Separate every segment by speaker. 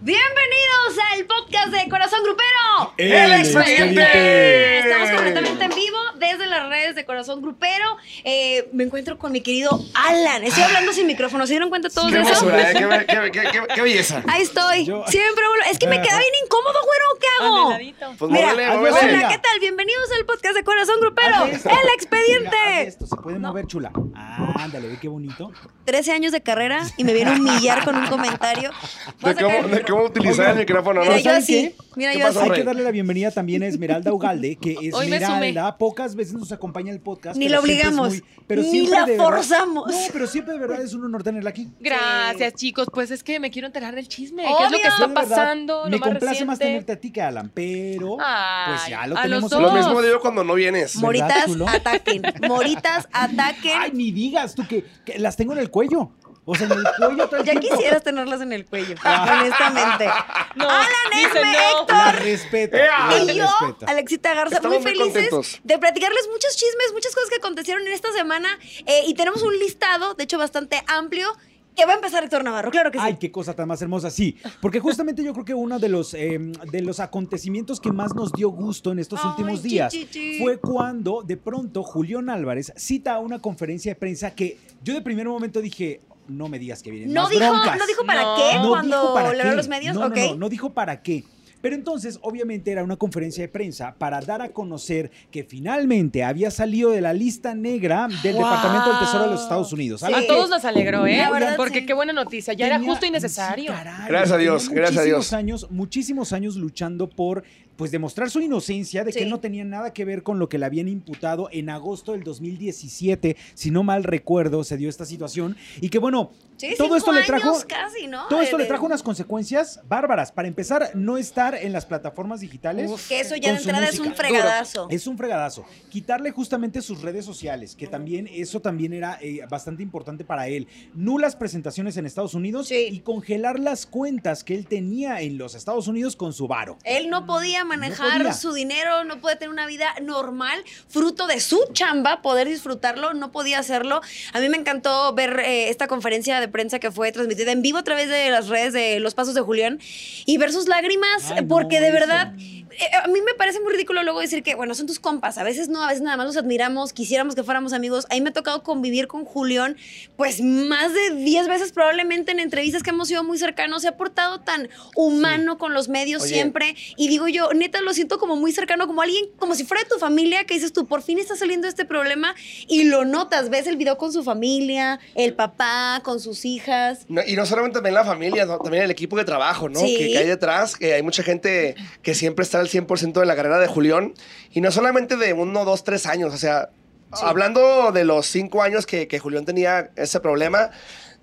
Speaker 1: Bienvenidos al podcast de Corazón Grupero.
Speaker 2: El expediente.
Speaker 1: Estamos completamente en vivo desde las redes de Corazón Grupero. Eh, me encuentro con mi querido Alan. Estoy hablando sin micrófono. ¿Se dieron cuenta todos
Speaker 2: Ah. Qué
Speaker 1: de eso?
Speaker 2: hermosura, eh, qué be- qué, qué- qué- qué belleza.
Speaker 1: Ahí estoy.
Speaker 3: Yo-
Speaker 1: Siempre vuelvo- Es que me queda bien incómodo, güero. ¿Qué
Speaker 4: Ah,
Speaker 1: hago?
Speaker 2: Pues
Speaker 1: Mira,
Speaker 2: muévele,
Speaker 3: hazlo,
Speaker 2: muévele.
Speaker 1: Hola,
Speaker 3: Mira.
Speaker 1: ¿qué tal? Bienvenidos al podcast de Corazón Grupero. El
Speaker 3: Mira, haz
Speaker 1: expediente.
Speaker 3: esto, se puede mover chula. Ah, ándale, ve qué bonito.
Speaker 1: 13 años de carrera y me viene a humillar con un comentario. Voy a
Speaker 2: De
Speaker 1: sacar el
Speaker 2: cómo, de
Speaker 1: micro-
Speaker 2: cómo utilizar el micrófono, ¿no?
Speaker 1: Mira, yo
Speaker 3: ¿Saben
Speaker 1: así.
Speaker 3: qué?
Speaker 1: Mira,
Speaker 2: ¿Qué
Speaker 1: yo
Speaker 2: pasó,
Speaker 1: así.
Speaker 3: Pues Hay que
Speaker 2: Rey.
Speaker 3: darle la bienvenida también a Esmeralda Ugalde, que
Speaker 4: Hoy me
Speaker 3: Esmeralda pocas veces nos acompaña en el podcast.
Speaker 1: Ni
Speaker 3: pero
Speaker 1: la
Speaker 3: siempre es
Speaker 1: obligamos, ni
Speaker 3: siempre
Speaker 1: la
Speaker 3: de verdad-
Speaker 1: forzamos.
Speaker 3: no, pero siempre de verdad es un honor tenerla aquí.
Speaker 4: Gracias, chicos. Pues es que me quiero enterar del chisme. ¿Qué es lo
Speaker 1: Obvio.
Speaker 4: que
Speaker 3: Yo
Speaker 4: está
Speaker 3: de verdad
Speaker 4: pasando?
Speaker 3: Me
Speaker 4: lo más
Speaker 3: complace más
Speaker 4: reciente?
Speaker 3: tenerte a ti que a Alan, pero pues
Speaker 4: Ay,
Speaker 3: ya lo
Speaker 4: a
Speaker 3: tenemos.
Speaker 4: los
Speaker 3: aquí.
Speaker 2: Lo
Speaker 4: dos.
Speaker 2: mismo digo cuando no vienes.
Speaker 3: Mo-
Speaker 1: Moritas,
Speaker 3: chulo?
Speaker 1: ataquen. Moritas, ataquen.
Speaker 3: Ay, ni digas tú que, que las tengo en el cuello. O sea, en el cuello todo el
Speaker 1: ya
Speaker 3: tiempo.
Speaker 1: quisieras tenerlas en el cuello,
Speaker 3: Ah.
Speaker 1: honestamente.
Speaker 4: No,
Speaker 1: Alan
Speaker 4: dice
Speaker 1: Esme,
Speaker 4: no.
Speaker 1: Héctor.
Speaker 3: La respeto.
Speaker 2: ¡Ea!
Speaker 3: la
Speaker 1: Y yo,
Speaker 3: respeto.
Speaker 1: Alexita Garza,
Speaker 2: Estamos
Speaker 1: muy
Speaker 2: muy
Speaker 1: felices
Speaker 2: contentos.
Speaker 1: de platicarles muchos chismes, muchas cosas que acontecieron en esta semana. eh, y tenemos un listado, de hecho, bastante amplio, que va a empezar Héctor Navarro, claro que sí.
Speaker 3: Ay, qué cosa tan más hermosa, sí. Porque justamente yo creo que uno de los, eh, de los acontecimientos que más nos dio gusto en estos
Speaker 1: Ay,
Speaker 3: últimos
Speaker 1: chi,
Speaker 3: días
Speaker 1: chi, chi.
Speaker 3: fue cuando de pronto Julián Álvarez cita a una conferencia de prensa que yo de primer momento dije, no me digas que vienen
Speaker 1: no,
Speaker 3: más
Speaker 1: dijo,
Speaker 3: broncas".
Speaker 1: no dijo para
Speaker 4: No.
Speaker 1: qué
Speaker 3: No dijo
Speaker 1: cuando
Speaker 3: para
Speaker 1: le
Speaker 3: qué.
Speaker 1: habló a los medios,
Speaker 3: No, no,
Speaker 1: ok.
Speaker 3: no, no dijo para qué. Pero entonces, obviamente, era una conferencia de prensa para dar a conocer que finalmente había salido de la lista negra del
Speaker 4: Wow.
Speaker 3: Departamento del Tesoro de los Estados Unidos.
Speaker 1: Sí.
Speaker 3: Algo
Speaker 4: A
Speaker 3: que
Speaker 4: todos nos alegró, ¿eh?
Speaker 1: La verdad,
Speaker 4: Porque
Speaker 1: sí.
Speaker 4: qué buena noticia. Ya era
Speaker 3: tenía-
Speaker 4: justo y necesario.
Speaker 3: sí, caray,
Speaker 2: Gracias a
Speaker 3: tenía
Speaker 2: Dios, gracias a
Speaker 3: muchísimos
Speaker 2: Dios.
Speaker 3: años, muchísimos años luchando por pues demostrar su inocencia de
Speaker 1: Sí.
Speaker 3: que él no tenía nada que ver con lo que le habían imputado en agosto del 2017, si no mal recuerdo, se dio esta situación y que bueno,
Speaker 1: Sí,
Speaker 3: todo
Speaker 1: cinco
Speaker 3: esto le trajo
Speaker 1: años casi, ¿no?
Speaker 3: todo esto
Speaker 1: De-
Speaker 3: le trajo unas consecuencias bárbaras. Para empezar, no estar en las plataformas digitales.
Speaker 1: Que eso ya de
Speaker 3: con su
Speaker 1: entrada es un
Speaker 3: música.
Speaker 1: fregadazo.
Speaker 3: Es un fregadazo. Quitarle justamente sus redes sociales, que también eso también era eh, bastante importante para él. Nulas presentaciones en Estados Unidos
Speaker 1: Sí.
Speaker 3: y congelar las cuentas que él tenía en los Estados Unidos con su varo.
Speaker 1: Él no podía manejar
Speaker 3: podía.
Speaker 1: su dinero, no podía tener una vida normal, fruto de su chamba, poder disfrutarlo, no podía hacerlo. A mí me encantó ver eh, esta conferencia de prensa que fue transmitida en vivo a través de las redes de Los Pasos de Julián y ver sus lágrimas,
Speaker 3: Ay, no,
Speaker 1: porque de
Speaker 3: eso.
Speaker 1: verdad, eh, a mí me parece muy ridículo luego decir que, bueno, son tus compas, a veces no, a veces nada más los admiramos, quisiéramos que fuéramos amigos. A mí me ha tocado convivir con Julián, pues más de 10 veces probablemente en entrevistas que hemos sido muy cercanos, se ha portado tan humano con los medios
Speaker 2: Oye.
Speaker 1: siempre y digo yo, neta, lo siento como muy cercano, como alguien, como si fuera de tu familia, que dices tú, por fin está saliendo este problema y lo notas, ves el video con su familia, el papá, con sus hijas.
Speaker 2: No, y no solamente también la familia, no, también el equipo de trabajo, ¿no?
Speaker 1: Sí.
Speaker 2: Que, que hay detrás, que hay mucha gente que siempre está al 100% de la carrera de Julián. Y no solamente de uno, dos, tres años. O sea, hablando de los cinco años que, que Julián tenía ese problema,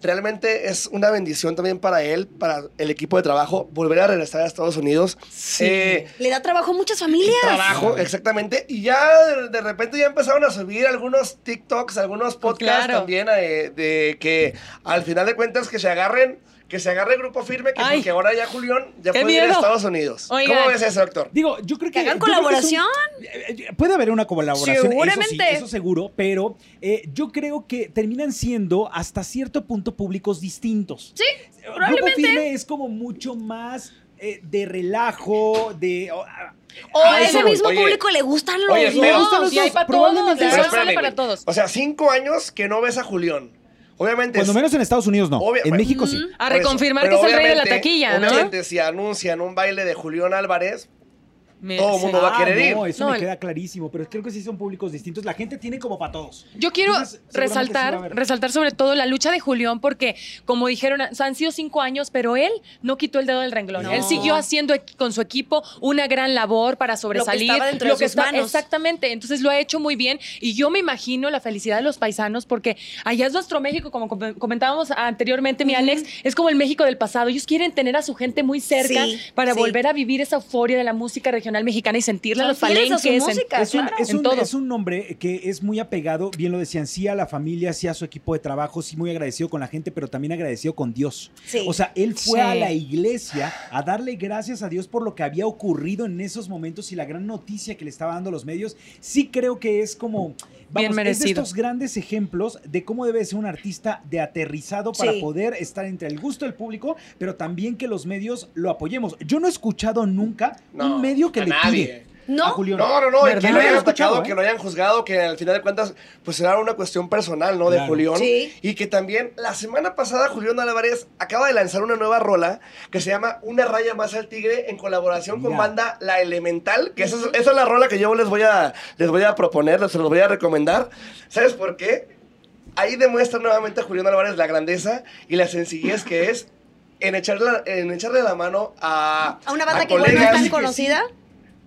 Speaker 2: realmente es una bendición también para él, para el equipo de trabajo, volver a regresar a Estados Unidos. Eh,
Speaker 1: Le da trabajo a muchas familias.
Speaker 2: trabajo, exactamente. Y ya de, de repente ya empezaron a subir algunos TikToks, algunos podcasts
Speaker 4: Pues Claro.
Speaker 2: también eh, de que al final de cuentas que se agarren, que se agarre el grupo firme, que
Speaker 4: Ay.
Speaker 2: porque ahora ya Julián ya
Speaker 4: ¡Qué
Speaker 2: puede ir a
Speaker 4: miedo!
Speaker 2: Estados Unidos.
Speaker 4: Oigan.
Speaker 2: ¿Cómo ves eso, doctor?
Speaker 3: Digo, yo creo que.
Speaker 1: hagan
Speaker 3: yo creo que es un-
Speaker 1: colaboración.
Speaker 3: eh, eh, puede haber una colaboración. eso sí, Eso,
Speaker 1: Seguramente.
Speaker 3: seguro, pero eh, yo creo que terminan siendo hasta cierto punto públicos distintos.
Speaker 1: Sí,
Speaker 3: Grupo
Speaker 1: probablemente.
Speaker 3: Firme es como mucho más eh, de relajo, de. oh, ah,
Speaker 1: O
Speaker 2: Ah,
Speaker 1: a
Speaker 2: eso
Speaker 1: ese
Speaker 2: voy.
Speaker 1: mismo
Speaker 2: Oye,
Speaker 1: público le gustan los
Speaker 2: oye,
Speaker 1: dos.
Speaker 2: espera.
Speaker 3: Me gustan los
Speaker 4: Sí, hay
Speaker 3: dos,
Speaker 4: para todos.
Speaker 3: probablemente.
Speaker 2: Pero
Speaker 4: La verdad
Speaker 2: espérame,
Speaker 4: sale para
Speaker 2: güey.
Speaker 4: todos.
Speaker 2: O sea, cinco años que no ves a Julián. Obviamente.
Speaker 3: cuando
Speaker 2: es-
Speaker 3: menos en Estados Unidos no.
Speaker 2: Obvia-
Speaker 3: en
Speaker 2: bueno.
Speaker 3: México sí.
Speaker 4: A
Speaker 2: por eso.
Speaker 4: reconfirmar
Speaker 2: Pero
Speaker 4: que es el rey de la
Speaker 2: obviamente-
Speaker 4: taquilla, ¿no?
Speaker 2: obviamente, si anuncian un baile de Julián Álvarez,
Speaker 4: Me-
Speaker 2: todo el
Speaker 4: sí.
Speaker 2: mundo va a querer ir.
Speaker 3: Ah, No, eso
Speaker 4: No,
Speaker 3: me
Speaker 4: el-
Speaker 3: queda clarísimo, pero creo que sí son públicos distintos. La gente tiene como para todos.
Speaker 4: Yo quiero
Speaker 3: Entonces, seguramente sí va a
Speaker 4: resaltar,
Speaker 3: haber.
Speaker 4: resaltar sobre todo la lucha de Julián, porque como dijeron, han sido cinco años, pero él no quitó el dedo del renglón.
Speaker 1: No.
Speaker 4: Él siguió haciendo equi- con su equipo una gran labor para sobresalir.
Speaker 1: estaba dentro de sus manos.
Speaker 4: Exactamente. Entonces lo ha hecho muy bien. Y yo me imagino la felicidad de los paisanos, porque allá es nuestro México, como com- comentábamos anteriormente, mi Alex, es como el México del pasado. Ellos quieren tener a su gente muy cerca
Speaker 1: Sí,
Speaker 4: para
Speaker 1: sí.
Speaker 4: volver a vivir esa euforia de la música Nacional Mexicana y sentirla en los
Speaker 1: Son fieles a
Speaker 4: palenques.
Speaker 1: su
Speaker 4: en-
Speaker 1: música,
Speaker 3: Es un,
Speaker 1: claro.
Speaker 3: es
Speaker 4: En
Speaker 3: un-
Speaker 4: todo.
Speaker 3: es un nombre que es muy apegado, bien lo decían, sí a la familia, sí a su equipo de trabajo, sí muy agradecido con la gente, pero también agradecido con Dios.
Speaker 1: Sí.
Speaker 3: O sea, él fue
Speaker 4: Sí.
Speaker 3: a la iglesia a darle gracias a Dios por lo que había ocurrido en esos momentos y la gran noticia que le estaba dando los medios. Sí creo que es como...
Speaker 4: Bien
Speaker 3: Vamos, es de
Speaker 4: merecido.
Speaker 3: estos grandes ejemplos de cómo debe ser un artista de aterrizado para
Speaker 1: Sí.
Speaker 3: poder estar entre el gusto del público, pero también que los medios lo apoyemos. Yo no he escuchado nunca
Speaker 2: No,
Speaker 3: un medio que
Speaker 2: a
Speaker 3: le
Speaker 2: nadie.
Speaker 3: tire a
Speaker 1: no,
Speaker 3: Julián.
Speaker 2: No, no, no, y
Speaker 3: ¿Verdad?
Speaker 2: que lo hayan
Speaker 3: Lo he escuchado,
Speaker 2: atacado,
Speaker 3: ¿eh?
Speaker 2: que lo hayan juzgado, que al final de cuentas, pues era una cuestión personal, ¿no? De
Speaker 3: Claro.
Speaker 2: Julián.
Speaker 1: Sí.
Speaker 2: Y que también la semana pasada Julián Álvarez acaba de lanzar una nueva rola que se llama Una raya más al tigre en colaboración con
Speaker 3: Ya.
Speaker 2: banda La Elemental, que esa es, esa es la rola que yo les voy a, les voy a proponer, les- se los voy a recomendar. ¿Sabes por qué? Ahí demuestra nuevamente a Julián Álvarez la grandeza y la sencillez que es en echarle, en echarle la mano a,
Speaker 1: a una
Speaker 2: a
Speaker 1: banda que igual no es
Speaker 2: colegas.
Speaker 1: tan
Speaker 3: sí.
Speaker 1: conocida.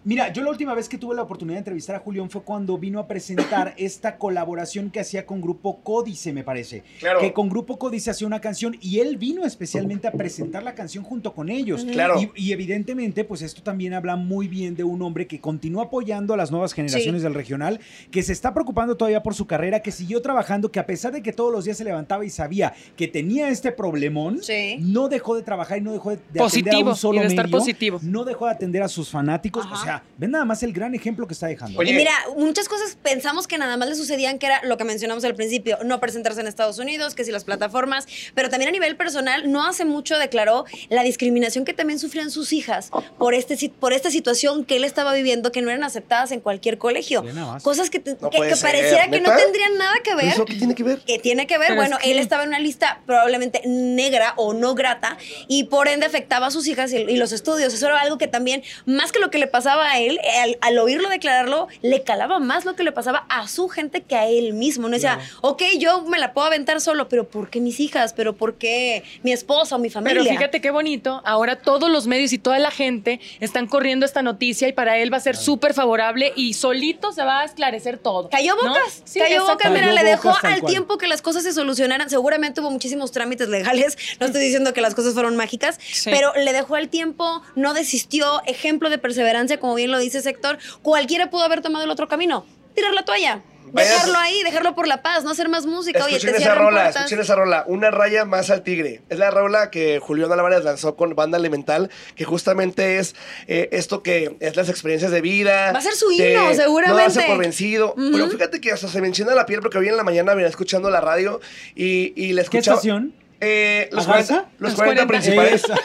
Speaker 3: Mira, yo la última vez que tuve la oportunidad de entrevistar a Julián fue cuando vino a presentar esta colaboración que hacía con Grupo Códice, me parece.
Speaker 2: Claro.
Speaker 3: Que con Grupo Códice hacía una canción y él vino especialmente a presentar la canción junto con ellos.
Speaker 2: Claro.
Speaker 3: Y, y evidentemente, pues esto también habla muy bien de un hombre que continúa apoyando a las nuevas generaciones del regional, que se está preocupando todavía por su carrera, que siguió trabajando, que a pesar de que todos los días se levantaba y sabía que tenía este problemón,
Speaker 1: Sí.
Speaker 3: no dejó de trabajar y no dejó de, de atender a
Speaker 4: Positivo,
Speaker 3: un solo
Speaker 4: y de estar
Speaker 3: medio,
Speaker 4: positivo.
Speaker 3: no dejó de atender a sus fanáticos.
Speaker 1: Ajá.
Speaker 3: O sea, ven nada más el gran ejemplo que está dejando.
Speaker 2: Oye,
Speaker 1: Y mira, muchas cosas pensamos que nada más le sucedían, que era lo que mencionamos al principio, no presentarse en Estados Unidos, que si las plataformas, pero también a nivel personal, no hace mucho declaró la discriminación que también sufrían sus hijas por, este, si- por esta situación que él estaba viviendo, que no eran aceptadas en cualquier colegio.
Speaker 3: Ve nada más.
Speaker 1: Cosas que, te-
Speaker 2: No
Speaker 1: que-
Speaker 2: puede
Speaker 1: que
Speaker 2: ser,
Speaker 1: pareciera que no
Speaker 2: ¿neta?
Speaker 1: tendrían nada que ver.
Speaker 2: ¿Eso qué tiene que ver?
Speaker 1: que tiene que ver,
Speaker 4: Pero
Speaker 1: bueno,
Speaker 4: es que-
Speaker 1: él estaba en una lista probablemente negra o no grata y por ende afectaba a sus hijas y, y los estudios. Eso era algo que también, más que lo que le pasaba a él, al, al oírlo declararlo, le calaba más lo que le pasaba a su gente que a él mismo. No decía, ok, yo me la puedo aventar solo, pero ¿por qué mis hijas? ¿Pero por qué mi esposa o mi familia?
Speaker 4: Pero fíjate qué bonito, ahora todos los medios y toda la gente están corriendo esta noticia y para él va a ser súper favorable y solito se va a esclarecer todo.
Speaker 1: Cayó
Speaker 4: ¿no?
Speaker 1: bocas,
Speaker 4: Sí,
Speaker 1: cayó
Speaker 4: exacto.
Speaker 1: bocas, mira,
Speaker 3: Cayó
Speaker 1: le dejó
Speaker 3: bocas, tal
Speaker 1: al
Speaker 3: cual.
Speaker 1: tiempo que las cosas se solucionaran. Seguramente hubo muchísimos trámites legales, no estoy diciendo que las cosas fueron mágicas,
Speaker 4: Sí.
Speaker 1: pero le dejó al tiempo, no desistió, ejemplo de perseverancia, como bien lo dice Sector. Cualquiera pudo haber tomado el otro camino, tirar la toalla,
Speaker 2: Vaya-
Speaker 1: dejarlo ahí, dejarlo por la paz, no hacer más música. Oye, te
Speaker 2: Escuchen esa
Speaker 1: cierran
Speaker 2: rola,
Speaker 1: puertas.
Speaker 2: escuchen esa rola, Una raya más al tigre. Es la rola que Julián Álvarez lanzó con Banda Elemental, que justamente es eh, esto que es las experiencias de vida.
Speaker 1: Va a ser su
Speaker 2: de
Speaker 1: himno, seguramente.
Speaker 2: No darse por vencido. Pero fíjate que hasta se me enchina la piel porque hoy en la mañana venía escuchando la radio y, y la
Speaker 3: ¿Qué
Speaker 2: escuchaba.
Speaker 3: estación?
Speaker 2: Eh, los,
Speaker 3: ¿Agarza?
Speaker 2: 40, los
Speaker 4: Los
Speaker 2: 40
Speaker 4: 40.
Speaker 2: principales.
Speaker 3: Esa.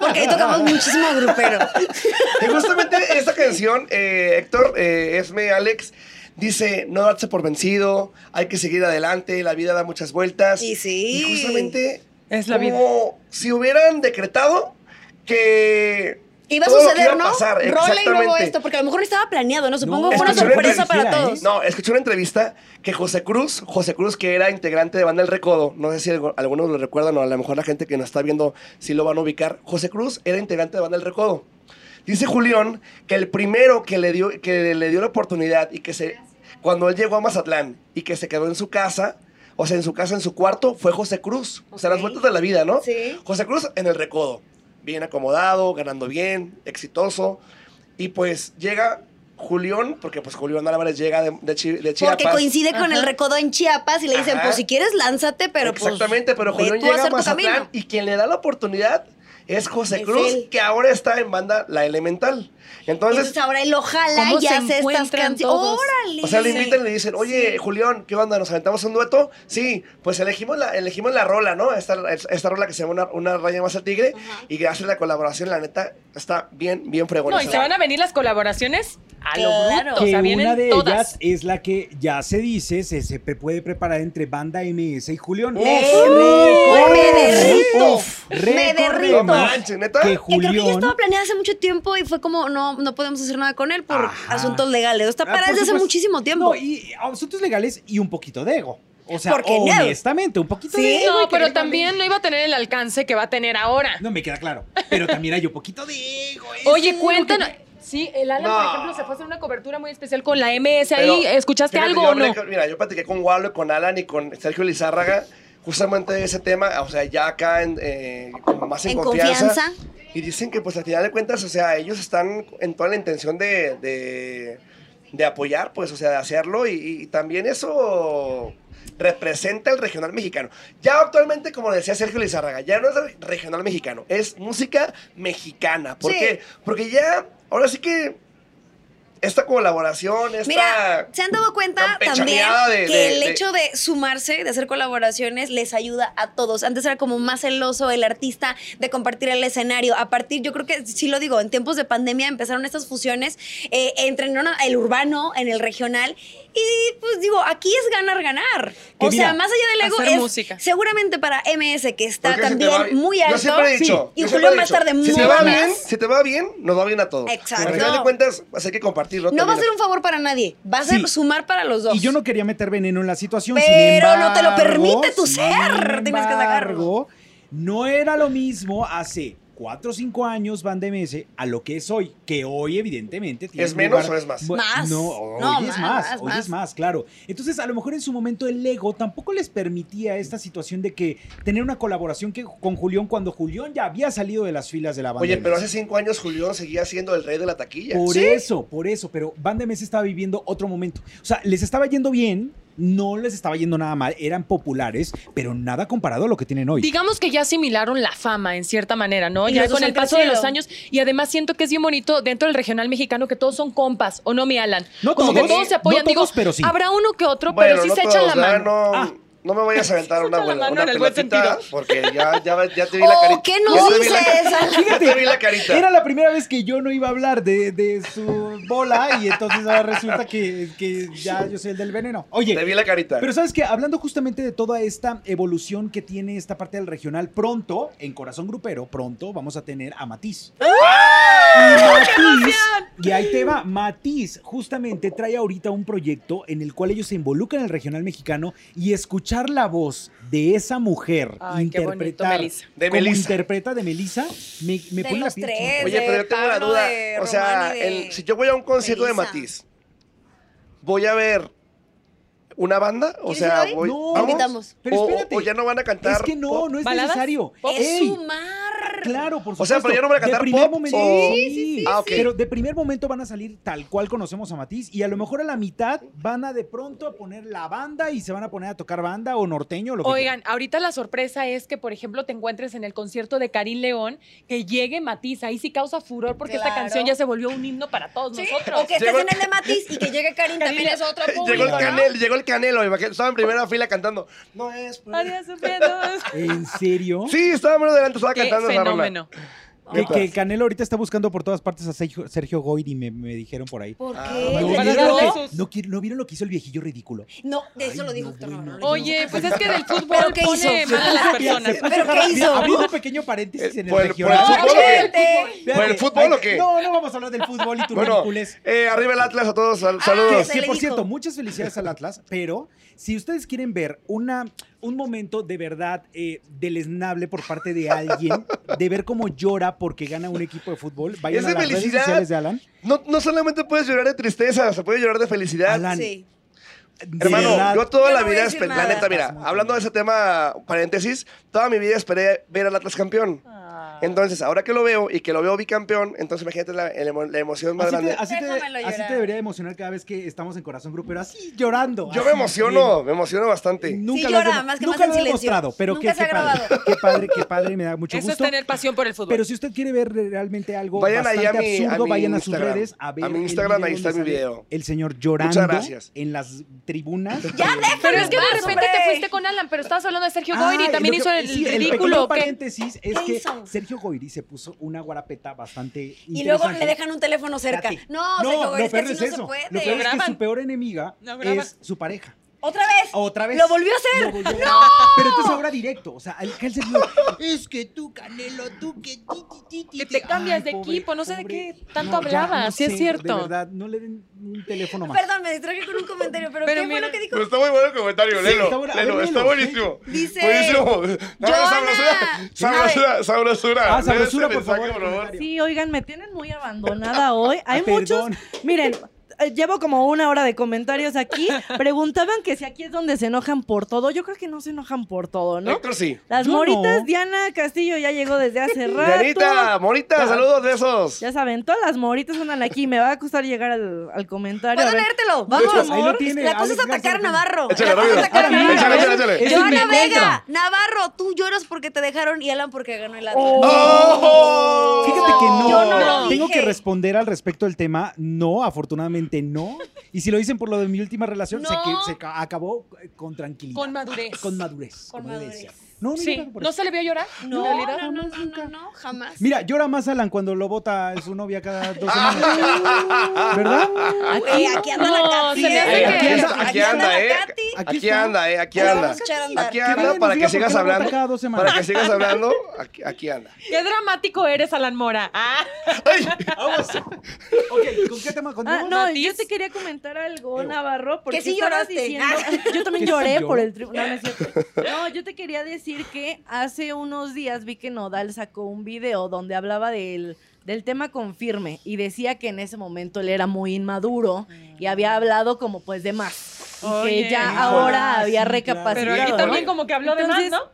Speaker 1: Porque ahí tocamos muchísimo grupero.
Speaker 2: Y justamente esta canción, eh, Héctor, eh, Esme, Alex, dice, no darse por vencido, hay que seguir adelante, la vida da muchas vueltas.
Speaker 1: Y sí.
Speaker 2: Y justamente...
Speaker 4: Es la vida.
Speaker 2: Como si hubieran decretado que...
Speaker 1: Que iba a
Speaker 2: todo lo que
Speaker 1: suceder,
Speaker 2: iba a
Speaker 1: ¿no?
Speaker 2: pasar,
Speaker 1: Rola y luego
Speaker 2: exactamente.
Speaker 1: esto, porque a lo mejor no estaba planeado, ¿no? Supongo
Speaker 3: No,
Speaker 1: que fue una
Speaker 2: es que yo
Speaker 1: sorpresa para
Speaker 3: pareciera, ¿eh?
Speaker 1: todos.
Speaker 2: No, escuché una entrevista que José Cruz, José Cruz que era integrante de Banda El Recodo, no sé si algo- algunos lo recuerdan o a lo mejor la gente que nos está viendo sí lo van a ubicar, José Cruz era integrante de Banda El Recodo. Dice Julián que el primero que le dio, que le dio la oportunidad y que se, cuando él llegó a Mazatlán y que se quedó en su casa, o sea, en su casa, en su cuarto, fue José Cruz. O sea, las
Speaker 1: Ok.
Speaker 2: vueltas de la vida, ¿no?
Speaker 1: Sí.
Speaker 2: José Cruz en el recodo. Bien acomodado, ganando bien, exitoso. Y pues llega Julián, porque pues Julián Álvarez llega de, de, Chi- de Chiapas.
Speaker 1: Porque coincide con
Speaker 4: Ajá.
Speaker 1: el recodo en Chiapas y le dicen,
Speaker 2: Ajá.
Speaker 1: pues si quieres, lánzate, pero pues.
Speaker 2: Exactamente, pero
Speaker 1: ve
Speaker 2: Julián
Speaker 1: tú a
Speaker 2: llega a
Speaker 1: hacer tu
Speaker 2: Mazatlán
Speaker 1: camino.
Speaker 2: y quien le da la oportunidad es José
Speaker 1: Es
Speaker 2: Cruz,
Speaker 1: él.
Speaker 2: que ahora está en banda La Elemental. Entonces,
Speaker 1: Entonces ahora él lo jala
Speaker 4: ¿Cómo
Speaker 1: y
Speaker 4: se
Speaker 1: hace estas
Speaker 4: encuentran
Speaker 1: canciones.
Speaker 4: todos?
Speaker 1: ¡Órale!
Speaker 2: o sea, le
Speaker 1: Sí. Eh,
Speaker 2: invitan y le dicen, oye, Julián, ¿qué onda? ¿Nos aventamos un dueto? Sí, pues elegimos la, elegimos la rola, ¿no? Esta, esta rola que se llama Una, Una raya más al tigre y que hace la colaboración, la neta, está bien, bien fregona.
Speaker 4: No, y se van a venir las colaboraciones a lo
Speaker 1: Claro.
Speaker 4: bruto, o
Speaker 3: que
Speaker 4: sea,
Speaker 3: una
Speaker 4: vienen
Speaker 3: de
Speaker 4: todas.
Speaker 3: ellas es la que ya se dice, se, se pre- puede preparar entre banda MS y Julián.
Speaker 1: ¡Uf! ¡Me derrito! ¡Me derrito!
Speaker 2: No manches, ¿neta?
Speaker 3: Que
Speaker 1: Que creo que ya
Speaker 3: Julián
Speaker 1: estaba planeada hace mucho tiempo y fue como, no, no podemos hacer nada con él por
Speaker 3: Ajá.
Speaker 1: asuntos legales. Está
Speaker 3: Ah,
Speaker 1: parada
Speaker 3: por
Speaker 1: desde hace
Speaker 3: supuesto.
Speaker 1: muchísimo tiempo.
Speaker 3: No, y asuntos legales y un poquito de ego. O sea,
Speaker 1: Porque no.
Speaker 3: honestamente, un poquito
Speaker 1: Sí,
Speaker 3: de ego. y
Speaker 4: No,
Speaker 3: que
Speaker 4: pero
Speaker 3: le vale.
Speaker 4: también no iba a tener el alcance que va a tener ahora.
Speaker 3: No, me queda claro. Pero también hay un poquito de ego. ¿eh?
Speaker 4: Oye, cuéntanos. Sí, el Alan,
Speaker 2: No.
Speaker 4: por ejemplo, se fue a hacer una cobertura muy especial con la MS
Speaker 2: Pero,
Speaker 4: ahí. ¿Escuchaste
Speaker 2: fíjate,
Speaker 4: algo
Speaker 2: yo
Speaker 4: o
Speaker 2: hablé
Speaker 4: no?
Speaker 2: con- mira, yo platiqué con Wallo, con Alan y con Sergio Lizárraga justamente de ese tema, o sea, ya acá en, eh, como más en,
Speaker 1: En
Speaker 2: confianza.
Speaker 1: confianza.
Speaker 2: Y dicen que pues al final de cuentas, o sea, ellos están en toda la intención de, de, de apoyar, pues, o sea, de hacerlo y, y también eso representa el regional mexicano. Ya actualmente, como decía Sergio Lizarraga, ya no es re- regional mexicano, es música mexicana. ¿Por
Speaker 1: Sí.
Speaker 2: qué? Porque ya, ahora sí que esta colaboración, esta...
Speaker 1: Mira, se han dado cuenta
Speaker 2: tan
Speaker 1: también
Speaker 2: pechoneada de-
Speaker 1: que
Speaker 2: de-
Speaker 1: el
Speaker 2: de-
Speaker 1: hecho de sumarse, de hacer colaboraciones, les ayuda a todos. Antes era como más celoso el artista de compartir el escenario. A partir, yo creo que sí lo digo, en tiempos de pandemia empezaron estas fusiones eh, entre no, no, el urbano, en el regional. Y pues digo, aquí es ganar, ganar.
Speaker 3: Que
Speaker 1: o sea,
Speaker 3: mira,
Speaker 1: más allá del ego,
Speaker 4: hacer
Speaker 1: es
Speaker 4: música.
Speaker 1: seguramente para MS, que está
Speaker 2: Porque si te
Speaker 1: también
Speaker 2: va-
Speaker 1: muy alto.
Speaker 2: Yo siempre he
Speaker 1: Sí.
Speaker 2: dicho.
Speaker 1: Y
Speaker 2: yo
Speaker 1: Julio
Speaker 2: siempre he
Speaker 1: más
Speaker 2: dicho,
Speaker 1: tarde muy
Speaker 2: si te va
Speaker 1: más.
Speaker 2: bien, si te va bien, nos va bien a todos.
Speaker 1: Exacto.
Speaker 2: Al final de cuentas, pues, hay que compartirlo.
Speaker 1: No va a
Speaker 2: también.
Speaker 1: ser un favor para nadie, va a ser
Speaker 3: Sí.
Speaker 1: sumar para los dos.
Speaker 3: Y yo no quería meter veneno en la situación, sin
Speaker 1: Pero no te lo
Speaker 3: embargo,
Speaker 1: permite tu
Speaker 3: sin
Speaker 1: ser, tienes que sacarlo.
Speaker 3: embargo, No era lo mismo hace 4 o 5 años Van de Mese a lo que es hoy, que hoy evidentemente tiene
Speaker 2: ¿Es
Speaker 3: un
Speaker 2: menos
Speaker 3: lugar-
Speaker 2: o es más?
Speaker 3: Bu-
Speaker 1: Más.
Speaker 3: No, hoy
Speaker 1: No,
Speaker 3: es
Speaker 1: más,
Speaker 3: más,
Speaker 1: más,
Speaker 3: hoy
Speaker 1: más.
Speaker 3: es más, claro. Entonces, a lo mejor en su momento el ego tampoco les permitía esta situación de que tener una colaboración que, con Julián cuando Julián ya había salido de las filas de la banda.
Speaker 2: Oye,
Speaker 3: de
Speaker 2: pero
Speaker 3: Mese.
Speaker 2: hace cinco años Julián seguía siendo el rey de la taquilla.
Speaker 3: Por eso, por eso, pero Van de Mesa estaba viviendo otro momento. O sea, les estaba yendo bien, no les estaba yendo nada mal, eran populares, pero nada comparado a lo que tienen hoy.
Speaker 4: Digamos que ya asimilaron la fama en cierta manera, ¿no?
Speaker 1: Y
Speaker 4: ya
Speaker 1: los dos
Speaker 4: con el
Speaker 1: han
Speaker 4: paso de
Speaker 1: crecido.
Speaker 4: los años. Y además siento que es bien bonito dentro del regional mexicano que todos son compas, ¿o no, mi Alan?
Speaker 3: No
Speaker 4: Como que
Speaker 3: todos,
Speaker 4: todos se
Speaker 3: no
Speaker 4: apoyan. Digo,
Speaker 3: todos, pero sí.
Speaker 4: habrá uno que otro,
Speaker 2: Bueno,
Speaker 4: pero sí
Speaker 2: no
Speaker 4: se
Speaker 2: todos,
Speaker 4: echan la
Speaker 2: ¿verdad? No,
Speaker 4: mano.
Speaker 3: Ah.
Speaker 2: no me vayas a aventar una,
Speaker 4: echan la
Speaker 2: buena-
Speaker 4: mano
Speaker 2: una
Speaker 4: en el buen
Speaker 2: pelotita,
Speaker 4: sentido.
Speaker 2: porque ya, ya, ya te vi
Speaker 1: Oh,
Speaker 2: la carita.
Speaker 1: ¿qué nos
Speaker 2: Ya te
Speaker 1: dices,
Speaker 2: vi la ca-
Speaker 1: Alan?
Speaker 2: Ya te vi la carita.
Speaker 3: Era la primera vez que yo no iba a hablar de, de su bola y entonces ahora resulta que, que ya yo soy el del veneno. Oye,
Speaker 2: Te vi la carita.
Speaker 3: Pero sabes que hablando justamente de toda esta evolución que tiene esta parte del regional, pronto, en Corazón Grupero, pronto vamos a tener a Matiz.
Speaker 1: ¡Ah!
Speaker 3: Matiz y ahí te va, Matiz justamente trae ahorita un proyecto en el cual ellos se involucran en el regional mexicano y escuchar la voz de esa mujer
Speaker 4: Ay, qué bonito,
Speaker 3: interpretar
Speaker 4: Melissa.
Speaker 2: De
Speaker 3: como
Speaker 2: Melissa.
Speaker 3: interpreta de Melissa, me, me
Speaker 1: De
Speaker 3: pone la
Speaker 1: los
Speaker 3: piel
Speaker 1: tres.
Speaker 3: chinita.
Speaker 2: Oye,
Speaker 1: de
Speaker 2: pero yo tengo una
Speaker 1: Pablo,
Speaker 2: duda.
Speaker 1: de
Speaker 2: O sea,
Speaker 1: Román y de
Speaker 2: el- si yo voy a un concierto de
Speaker 1: Melissa.
Speaker 2: Matiz, ¿voy a ver una banda? O
Speaker 1: ¿Quieres
Speaker 2: sea,
Speaker 1: ir hoy?
Speaker 2: voy.
Speaker 3: No,
Speaker 2: ¿vamos?
Speaker 1: invitamos.
Speaker 3: Pero
Speaker 2: o,
Speaker 3: espérate.
Speaker 2: o ya no van a cantar.
Speaker 3: Es que no,
Speaker 2: pop?
Speaker 3: no es
Speaker 4: ¿Baladas?
Speaker 3: necesario.
Speaker 1: Es
Speaker 3: Ey,
Speaker 1: sumar.
Speaker 3: Claro, por supuesto.
Speaker 2: O sea, pero ya no van
Speaker 3: De
Speaker 2: a cantar
Speaker 3: primer
Speaker 2: pop,
Speaker 3: momento-
Speaker 2: o-
Speaker 3: Sí, sí, sí,
Speaker 2: Ah, ok.
Speaker 3: sí. Pero de primer momento van a salir tal cual conocemos a Matiz y a lo mejor a la mitad van a de pronto a poner la banda y se van a poner a tocar banda o norteño o lo que quieran.
Speaker 4: Oigan, ahorita la sorpresa es que, por ejemplo, te encuentres en el concierto de Karim León, que llegue Matiz. Ahí sí causa furor porque esta
Speaker 1: Claro.
Speaker 4: canción ya se volvió un himno para todos
Speaker 1: Sí,
Speaker 4: nosotros.
Speaker 1: O que estés
Speaker 2: Llegó-
Speaker 1: en el de Matiz y que llegue Karin también es otro público.
Speaker 2: Llegó el
Speaker 1: ¿no?
Speaker 2: Canelo, llegó el Canelo, imagínate, estaba en primera fila cantando. No es por-
Speaker 4: Adiós, sufriendo.
Speaker 3: ¿En serio?
Speaker 2: Sí, estaba menos adelante, estaba
Speaker 4: Qué
Speaker 2: cantando esa rola.
Speaker 4: fenómeno.
Speaker 3: Que, que Canelo ahorita está buscando por todas partes a Sergio, Sergio Goyri, me, me dijeron por ahí.
Speaker 1: ¿Por
Speaker 2: Ah,
Speaker 1: qué?
Speaker 2: vale.
Speaker 1: ¿Te
Speaker 4: Para
Speaker 1: digo?
Speaker 4: darle-
Speaker 3: que- no qui- ¿no vieron lo que hizo el viejillo ridículo?
Speaker 1: No, de eso
Speaker 3: Ay,
Speaker 1: lo dijo
Speaker 3: no,
Speaker 1: Héctor
Speaker 3: bueno.
Speaker 1: Navarro.
Speaker 4: Oye, pues es que del fútbol
Speaker 1: ¿Pero qué
Speaker 4: pone
Speaker 1: hizo?
Speaker 4: mal a las personas.
Speaker 3: Se puso
Speaker 1: ¿Pero qué
Speaker 3: cara-
Speaker 1: hizo?
Speaker 3: Abriendo un pequeño paréntesis en el
Speaker 2: Eh, Por el-
Speaker 3: regional.
Speaker 2: por el
Speaker 1: ¿o
Speaker 2: fútbol,
Speaker 1: qué?
Speaker 3: Espérate,
Speaker 2: ¿Por el fútbol o qué?
Speaker 3: No, no vamos a hablar del fútbol y tu
Speaker 2: Bueno,
Speaker 3: ridiculez.
Speaker 2: eh, arriba el Atlas a todos, sal-
Speaker 1: Ah,
Speaker 2: saludos.
Speaker 1: se
Speaker 3: Que,
Speaker 1: le
Speaker 3: por
Speaker 1: dijo.
Speaker 3: cierto, muchas felicidades al Atlas, pero si ustedes quieren ver una, un momento de verdad eh, deleznable por parte de alguien, de ver cómo llora porque gana un equipo de fútbol, vayan
Speaker 2: Es
Speaker 3: a
Speaker 2: de
Speaker 3: las redes
Speaker 2: felicidad.
Speaker 3: sociales de Alan.
Speaker 2: No, no solamente puedes llorar de tristeza, se puede llorar de felicidad.
Speaker 3: Alan,
Speaker 1: Sí.
Speaker 3: de
Speaker 2: Hermano,
Speaker 3: verdad,
Speaker 2: yo toda
Speaker 1: Yo no
Speaker 2: la
Speaker 1: voy a
Speaker 2: vida
Speaker 1: decir
Speaker 2: esperé, la
Speaker 1: nada.
Speaker 2: neta, mira, hablando de ese tema, paréntesis, toda mi vida esperé ver al Atlas campeón. Entonces, ahora que lo veo y que lo veo bicampeón, entonces imagínate la, el emo- la emoción más
Speaker 3: así, te,
Speaker 2: grande.
Speaker 3: así te-
Speaker 1: Déjamelo
Speaker 3: así te
Speaker 1: llorar.
Speaker 3: debería emocionar cada vez que estamos en Corazón Grupero, así llorando.
Speaker 2: Yo
Speaker 3: así,
Speaker 2: me emociono, me emociono bastante.
Speaker 3: bien. Nunca
Speaker 1: Sí
Speaker 3: lo has
Speaker 1: llora,
Speaker 3: demo-
Speaker 1: más que
Speaker 3: nunca
Speaker 1: más en
Speaker 3: lo he
Speaker 1: silencio.
Speaker 3: demostrado, pero
Speaker 1: Nunca
Speaker 3: qué,
Speaker 1: se ha
Speaker 3: qué padre,
Speaker 1: grabado.
Speaker 3: qué padre, qué padre, me da mucho
Speaker 4: Eso es
Speaker 3: gusto.
Speaker 4: tener pasión por el fútbol.
Speaker 3: Pero si usted quiere ver realmente algo
Speaker 2: Vayan ahí
Speaker 3: bastante
Speaker 2: a mi- a
Speaker 3: absurdo,
Speaker 2: mi
Speaker 3: vayan a sus
Speaker 2: Instagram.
Speaker 3: redes a ver
Speaker 2: A mi
Speaker 3: el
Speaker 2: Instagram,
Speaker 3: video
Speaker 2: ahí está
Speaker 3: donde
Speaker 2: mi
Speaker 3: sale
Speaker 2: video.
Speaker 3: El señor llorando
Speaker 2: Muchas gracias.
Speaker 3: en las tribunas. Eh,
Speaker 1: Ya, déjalo
Speaker 4: Pero es que de
Speaker 1: Vas,
Speaker 4: repente
Speaker 1: hombre.
Speaker 4: te fuiste con Alan, pero estabas hablando de Sergio
Speaker 3: Ay,
Speaker 4: Goyri, también
Speaker 3: lo
Speaker 4: hizo
Speaker 3: que-
Speaker 4: el
Speaker 3: sí,
Speaker 4: ridículo.
Speaker 3: pequeño
Speaker 4: ¿qué?
Speaker 3: paréntesis es
Speaker 1: ¿Qué
Speaker 3: que
Speaker 1: hizo?
Speaker 3: Sergio Goyri se puso una guarapeta bastante
Speaker 1: Y luego
Speaker 3: interesante.
Speaker 1: le dejan un teléfono cerca.
Speaker 3: Espérate.
Speaker 1: No,
Speaker 3: no,
Speaker 1: Sergio,
Speaker 3: lo
Speaker 1: es que
Speaker 3: peor
Speaker 1: así
Speaker 3: es
Speaker 1: no
Speaker 3: eso.
Speaker 1: se puede.
Speaker 3: Lo peor es que
Speaker 4: graban.
Speaker 3: su peor enemiga
Speaker 4: No graban.
Speaker 3: es su pareja.
Speaker 1: ¿Otra vez?
Speaker 3: Otra vez.
Speaker 1: ¿Lo volvió a hacer?
Speaker 3: Lo volvió a- Pero entonces ahora directo, o sea, el que él se vio, es que tú, Canelo, tú que ti, ti, ti, ti,
Speaker 4: Que
Speaker 3: ti".
Speaker 4: te cambias
Speaker 3: Ay,
Speaker 4: de
Speaker 3: pobre,
Speaker 4: equipo, no sé de
Speaker 3: pobre.
Speaker 4: qué tanto
Speaker 3: ya,
Speaker 4: hablabas, sí es
Speaker 3: sé,
Speaker 4: cierto.
Speaker 3: De verdad, no le den un teléfono más.
Speaker 1: Perdón, me distraje con un comentario, pero,
Speaker 4: Pero
Speaker 1: ¿qué fue
Speaker 4: mira-
Speaker 1: lo que dijo?
Speaker 2: Pero está muy bueno el comentario,
Speaker 3: Sí,
Speaker 2: Lelo.
Speaker 3: está bueno. A
Speaker 2: Lelo,
Speaker 3: ver,
Speaker 2: está
Speaker 3: léelo,
Speaker 2: buenísimo.
Speaker 1: Dice-
Speaker 2: Buenísimo.
Speaker 1: Joana.
Speaker 2: Sabrosura, sabrosura.
Speaker 3: Ah, sabrosura, por favor, el comentario.
Speaker 5: Sí, oigan, me tienen muy abandonada hoy. Hay
Speaker 3: Ah,
Speaker 5: muchos.
Speaker 3: perdón.
Speaker 5: Miren, eh, llevo como una hora de comentarios aquí. Preguntaban que si aquí es donde se enojan por todo. Yo creo que no se enojan por todo, ¿no?
Speaker 2: Héctor sí.
Speaker 5: Las
Speaker 3: Eh, Yo
Speaker 5: moritas,
Speaker 3: no.
Speaker 5: Diana Castillo ya llegó desde hace rato.
Speaker 2: Dianita, Morita, saludos de esos.
Speaker 5: Ya saben, todas las moritas andan aquí. Me va a costar llegar al, al comentario.
Speaker 1: Puedo
Speaker 5: A ver.
Speaker 1: leértelo,
Speaker 3: Mucho
Speaker 1: vamos.
Speaker 3: amor. Ahí lo tiene,
Speaker 1: la cosa
Speaker 3: Alex
Speaker 1: es atacar a
Speaker 3: Garza.
Speaker 1: Navarro.
Speaker 2: Échale,
Speaker 1: la cosa es
Speaker 2: rápido.
Speaker 1: atacar a
Speaker 3: Ahora,
Speaker 1: Navarro.
Speaker 2: Échale, échale, échale.
Speaker 3: Ese es mi
Speaker 1: Joana Vega,
Speaker 3: contra.
Speaker 1: Navarro, tú lloras porque te dejaron y Alan porque ganó el Atlas.
Speaker 2: ¡Oh!
Speaker 3: Fíjate que no.
Speaker 1: Yo no lo
Speaker 3: Tengo
Speaker 1: dije.
Speaker 3: que responder al respecto del tema. No, afortunadamente no. Y si lo dicen por lo de mi última relación, se,
Speaker 4: No.
Speaker 3: que- se ca- acabó eh, con tranquilidad.
Speaker 4: Con madurez.
Speaker 3: Con madurez.
Speaker 1: Con
Speaker 3: como él
Speaker 1: madurez.
Speaker 3: decía. No, no,
Speaker 4: Sí.
Speaker 3: no, por
Speaker 4: ¿No
Speaker 3: eso.
Speaker 4: se le vio llorar?
Speaker 1: No,
Speaker 4: ¿En realidad?
Speaker 1: no, no, no, no, no, jamás.
Speaker 3: Mira, llora más Alan cuando lo bota su novia cada dos
Speaker 2: Ah.
Speaker 3: semanas. ¿Verdad?
Speaker 1: Güey, Eh, aquí anda la
Speaker 4: Ah, No,
Speaker 1: Katy.
Speaker 4: se me hace
Speaker 1: ¿eh?
Speaker 4: que-
Speaker 1: Aquí anda-
Speaker 2: Aquí
Speaker 1: Aquí anda
Speaker 2: anda,
Speaker 1: la
Speaker 2: eh.
Speaker 1: Katy.
Speaker 3: Aquí
Speaker 2: Aquí,
Speaker 3: está.
Speaker 2: anda, eh, aquí
Speaker 1: Ahí la
Speaker 2: anda.
Speaker 1: vamos a echar a andar.
Speaker 2: Aquí
Speaker 3: Que nadie
Speaker 2: anda
Speaker 3: nos diga
Speaker 2: para que
Speaker 3: por qué
Speaker 2: sigas
Speaker 3: lo bota
Speaker 2: hablando.
Speaker 3: cada dos semanas.
Speaker 2: Para que sigas hablando, aquí, aquí anda.
Speaker 4: Qué dramático eres, Alan Mora. Ah.
Speaker 2: ¡Ay!
Speaker 3: Ah, Ok, ¿con qué tema
Speaker 5: Ah,
Speaker 3: continuamos?
Speaker 5: no,
Speaker 4: Matiz.
Speaker 5: yo te quería comentar algo, Navarro, porque
Speaker 1: Que sí
Speaker 5: estabas
Speaker 1: lloraste.
Speaker 5: diciendo-
Speaker 1: Ah.
Speaker 5: yo también
Speaker 3: Que sí
Speaker 5: lloré
Speaker 3: lloró.
Speaker 5: por el tribunal. No, es cierto. No, yo te quería decir que hace unos días vi que Nodal sacó un video donde hablaba del, del tema confirme y decía que en ese momento él era muy inmaduro y había hablado como pues de más. Y
Speaker 4: Oye.
Speaker 5: que ya
Speaker 4: Híjole,
Speaker 5: ahora
Speaker 3: sí,
Speaker 5: había
Speaker 3: claro.
Speaker 4: Pero
Speaker 5: recapacitado.
Speaker 4: aquí
Speaker 5: ¿no?
Speaker 4: también como que habló de
Speaker 5: Entonces,
Speaker 4: más, ¿no?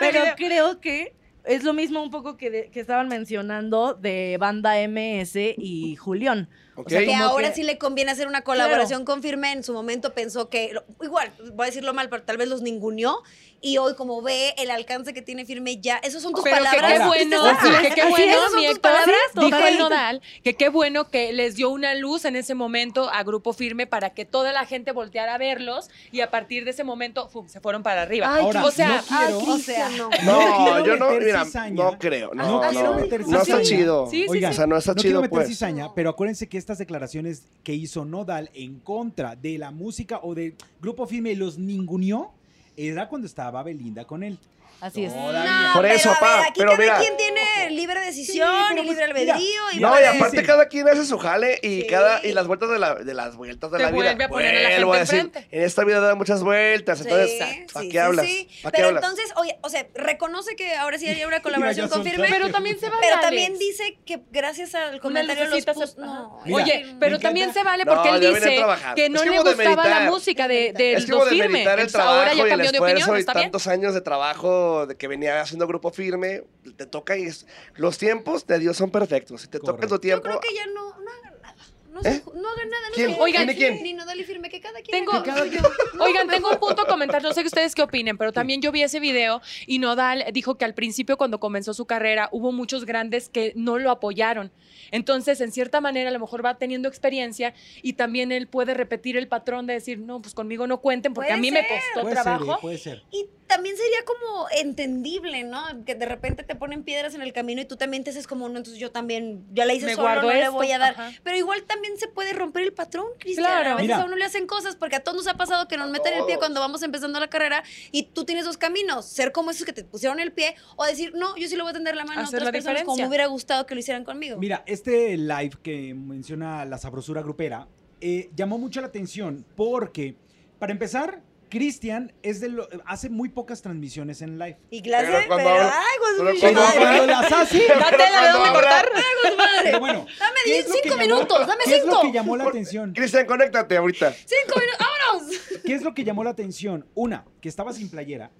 Speaker 5: Pero
Speaker 4: video.
Speaker 5: creo que es lo mismo un poco que, de- que estaban mencionando de banda MS y Julián.
Speaker 2: Ok.
Speaker 5: sea,
Speaker 1: Que
Speaker 5: como
Speaker 1: ahora
Speaker 5: que-
Speaker 1: sí le conviene hacer una colaboración con Firme. En su momento pensó que, lo- igual, voy a decirlo mal, pero tal vez los ninguneó. Y hoy, como ve el alcance que tiene Firme, ya. Esas son tus
Speaker 4: Pero que
Speaker 1: palabras.
Speaker 4: qué
Speaker 1: ¿viste,
Speaker 4: bueno,
Speaker 1: Sara?
Speaker 5: Así
Speaker 4: que qué
Speaker 1: Así
Speaker 4: bueno,
Speaker 1: es, esas son
Speaker 4: mi
Speaker 1: tus
Speaker 4: Héctor,
Speaker 1: palabras.
Speaker 4: dijo el
Speaker 5: totalmente.
Speaker 4: Nodal, que qué bueno que les dio una luz en ese momento a Grupo Firme para que toda la gente volteara a verlos y a partir de ese momento ¡fum! se fueron para arriba.
Speaker 3: Ahora,
Speaker 4: o sea, ah,
Speaker 3: no quiero-
Speaker 1: Ay, Cristian, no.
Speaker 2: No,
Speaker 3: quiero
Speaker 2: yo no,
Speaker 3: meter
Speaker 2: mira,
Speaker 3: cizaña. Ah,
Speaker 2: no creo.
Speaker 3: No
Speaker 2: No,
Speaker 3: quiero
Speaker 2: no,
Speaker 3: meter
Speaker 2: no está
Speaker 3: cizaña.
Speaker 2: chido.
Speaker 4: Sí, sí,
Speaker 2: Oigan,
Speaker 4: sí.
Speaker 2: O sea, no está
Speaker 3: no quiero
Speaker 2: chido,
Speaker 3: meter
Speaker 2: pues.
Speaker 3: cizaña, pero acuérdense que estas declaraciones que hizo Nodal en contra de la música o del grupo firme y los ninguneó era cuando estaba Belinda con él.
Speaker 5: Así es.
Speaker 3: Todavía.
Speaker 2: Por eso,
Speaker 1: pero a
Speaker 2: pa,
Speaker 1: ver, aquí
Speaker 2: pero
Speaker 1: cada
Speaker 2: mira.
Speaker 1: quien tiene libre decisión
Speaker 3: pero
Speaker 1: y
Speaker 3: pues,
Speaker 1: libre
Speaker 3: mira,
Speaker 1: albedrío. y
Speaker 3: mira,
Speaker 2: No, y
Speaker 1: puede-
Speaker 2: aparte
Speaker 3: Sí.
Speaker 2: cada quien hace su jale y
Speaker 1: Sí.
Speaker 2: cada y las vueltas de, la, de las vueltas de
Speaker 4: Te
Speaker 2: la vida.
Speaker 4: vuelve a poner a la
Speaker 2: Vuelvo
Speaker 4: gente
Speaker 2: decir,
Speaker 4: enfrente.
Speaker 2: en esta vida dan muchas vueltas, entonces
Speaker 1: Sí,
Speaker 2: ¿para
Speaker 1: sí,
Speaker 2: qué
Speaker 1: sí,
Speaker 2: hablas?
Speaker 1: sí.
Speaker 2: ¿Para qué
Speaker 1: Pero
Speaker 2: hablas?
Speaker 1: entonces, oye, o sea, reconoce que ahora sí hay una colaboración
Speaker 3: ya son
Speaker 1: con Firme.
Speaker 3: todos.
Speaker 4: Pero también se vale.
Speaker 1: Pero
Speaker 4: Alex.
Speaker 1: también dice que gracias al comentario los
Speaker 4: lucecita se-
Speaker 1: pus-
Speaker 4: Ajá.
Speaker 1: no,
Speaker 3: Mira, me
Speaker 4: Oye, pero
Speaker 3: encanta.
Speaker 4: también se vale
Speaker 2: No,
Speaker 4: porque
Speaker 2: ya
Speaker 4: él
Speaker 2: viene
Speaker 4: dice
Speaker 2: trabajando.
Speaker 4: que
Speaker 2: Es
Speaker 4: no
Speaker 2: que
Speaker 4: le
Speaker 2: hubo de
Speaker 4: gustaba la
Speaker 2: meditar.
Speaker 4: música de, del
Speaker 2: es que hubo de
Speaker 4: firme.
Speaker 2: meditar el
Speaker 4: Entonces, ahora
Speaker 2: trabajo
Speaker 4: ya
Speaker 2: y el
Speaker 4: cambió de opinión,
Speaker 2: esfuerzo y
Speaker 4: está bien.
Speaker 2: tantos años de trabajo de que venía haciendo grupo firme, te toca y es- los tiempos de Dios son perfectos. Si te toca
Speaker 3: Correcto.
Speaker 2: tu
Speaker 1: Yo
Speaker 2: tiempo,
Speaker 1: creo que ya no, no hagan nada. No, se-
Speaker 2: ¿Eh?
Speaker 1: no hagan nada. No
Speaker 2: ¿Quién?
Speaker 1: se-
Speaker 4: Oigan,
Speaker 2: ¿Quién y quién?
Speaker 1: Ni no dale firme que cada quien.
Speaker 4: Tengo-
Speaker 1: haga lo suyo.
Speaker 4: Oigan, tengo un punto a comentar, no sé que ustedes qué opinen, pero también yo vi ese video y Nodal dijo que al principio cuando comenzó su carrera hubo muchos grandes que no lo apoyaron. Entonces, en cierta manera, a lo mejor va teniendo experiencia y también él puede repetir el patrón de decir, no, pues conmigo no cuenten porque a
Speaker 1: Puede
Speaker 4: mí me costó
Speaker 3: Puede ser, eh,
Speaker 4: trabajo.
Speaker 3: puede ser.
Speaker 1: Y también sería como entendible, ¿no? Que de repente te ponen piedras en el camino y tú también te haces como, no, entonces yo también, ya le hice
Speaker 4: Me
Speaker 1: solo,
Speaker 4: guardo
Speaker 1: no le
Speaker 4: esto,
Speaker 1: voy a dar.
Speaker 4: ajá.
Speaker 1: Pero igual también se puede romper el patrón, Cristian.
Speaker 4: Claro.
Speaker 1: A veces
Speaker 3: Mira.
Speaker 1: a uno le hacen cosas, porque a todos nos ha pasado que nos meten el pie
Speaker 2: todos.
Speaker 1: cuando vamos empezando la carrera y tú tienes dos caminos, ser como esos que te pusieron el pie o decir, no, yo sí le voy a tender la mano
Speaker 4: Hacer
Speaker 1: a otras
Speaker 4: la
Speaker 1: personas como
Speaker 4: diferencia.
Speaker 1: me hubiera gustado que lo hicieran conmigo.
Speaker 3: Mira, este live que menciona la sabrosura grupera eh, llamó mucho la atención porque, para empezar, Cristian es de lo- hace muy pocas transmisiones en live.
Speaker 1: Y clase,
Speaker 2: Pero
Speaker 1: pero,
Speaker 2: cuando hablo-
Speaker 1: ay, con su
Speaker 2: pero
Speaker 1: pinche
Speaker 2: cuando
Speaker 1: madre.
Speaker 2: hablo-
Speaker 3: Cuando las hace,
Speaker 4: Date la de dónde
Speaker 2: Cuando
Speaker 4: cortar.
Speaker 2: habla-
Speaker 1: Con su madre.
Speaker 3: pero bueno.
Speaker 1: Dame
Speaker 3: ¿qué es
Speaker 1: 10,
Speaker 3: lo que
Speaker 1: 5
Speaker 3: llamó-
Speaker 1: minutos, dame
Speaker 3: ¿Qué es lo que
Speaker 1: 5.
Speaker 3: llamó la atención?
Speaker 2: Cristian, conéctate ahorita.
Speaker 1: 5 minutos, vámonos.
Speaker 3: ¿Qué es lo que llamó la atención? Una, que estaba sin playera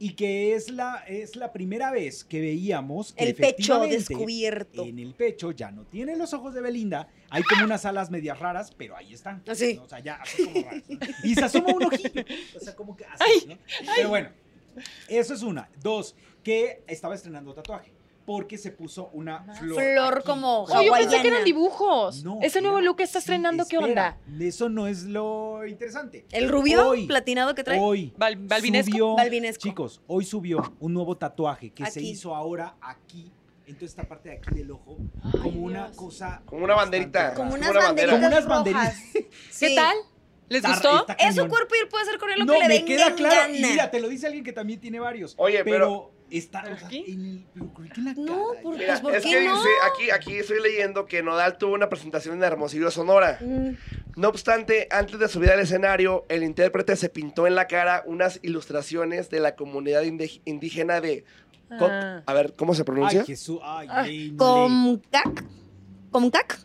Speaker 3: y que es la, es la primera vez que veíamos que
Speaker 1: El pecho
Speaker 3: efectivamente
Speaker 1: descubierto.
Speaker 3: En el pecho ya no tiene los ojos de Belinda, hay como unas alas medias raras, pero ahí están.
Speaker 4: Ah,
Speaker 1: Así.
Speaker 3: ¿no? O sea, ya así como raras. ¿no? Y se asoma un ojito. O sea, como que así, ¿no? Pero bueno, eso es una. Dos, que estaba estrenando tatuaje porque se puso una flor.
Speaker 1: Flor
Speaker 3: aquí.
Speaker 1: como
Speaker 4: Oye, yo pensé
Speaker 1: Hawaiana.
Speaker 4: que eran dibujos.
Speaker 3: No,
Speaker 4: ese nuevo
Speaker 3: espera.
Speaker 4: look que está
Speaker 3: Sí,
Speaker 4: estrenando, ¿qué
Speaker 3: espera.
Speaker 4: onda?
Speaker 3: Eso no es lo interesante.
Speaker 1: El rubio
Speaker 3: Hoy, Oh,
Speaker 1: platinado que trae.
Speaker 3: Hoy
Speaker 4: Val- ¿Balvinesco?
Speaker 3: subió,
Speaker 1: Balvinesco.
Speaker 3: chicos, hoy subió un nuevo tatuaje que se
Speaker 1: Aquí.
Speaker 3: hizo ahora aquí, en toda esta parte de aquí del ojo,
Speaker 4: Ay,
Speaker 3: como una
Speaker 4: Dios.
Speaker 3: cosa.
Speaker 2: Como una
Speaker 3: bastante
Speaker 2: banderita.
Speaker 3: rara.
Speaker 1: Como
Speaker 2: Como
Speaker 1: unas
Speaker 2: una bandera.
Speaker 1: banderitas.
Speaker 3: Como unas
Speaker 1: rojas.
Speaker 3: banderitas.
Speaker 1: Sí.
Speaker 4: ¿Qué tal? ¿Les
Speaker 3: Está-
Speaker 4: gustó?
Speaker 3: está
Speaker 1: Es su
Speaker 3: cañón.
Speaker 1: cuerpo y él puede hacer con él lo
Speaker 3: No,
Speaker 1: que le
Speaker 3: me
Speaker 1: venga
Speaker 3: queda
Speaker 1: en
Speaker 3: claro. Y
Speaker 1: gana.
Speaker 3: mira, te lo dice alguien que también tiene varios.
Speaker 2: Oye, pero-
Speaker 3: está. o sea,
Speaker 4: ¿Aquí?
Speaker 3: en el- pero ¿por qué en la
Speaker 1: No,
Speaker 3: cara?
Speaker 1: por-
Speaker 2: Mira,
Speaker 1: pues, ¿por
Speaker 2: es
Speaker 1: qué
Speaker 2: que
Speaker 1: no?
Speaker 2: dice, aquí, aquí estoy leyendo que Nodal tuvo una presentación en Hermosillo, Sonora.
Speaker 1: Mm,
Speaker 2: No obstante, antes de subir al escenario, el intérprete se pintó en la cara unas ilustraciones de la comunidad inde- indígena de... Coc-
Speaker 4: Ah.
Speaker 2: A ver, ¿cómo se
Speaker 3: Ay,
Speaker 2: pronuncia?
Speaker 3: Jesús. Ay,
Speaker 4: Ah,
Speaker 3: Lili.
Speaker 1: Comcac. Comcac.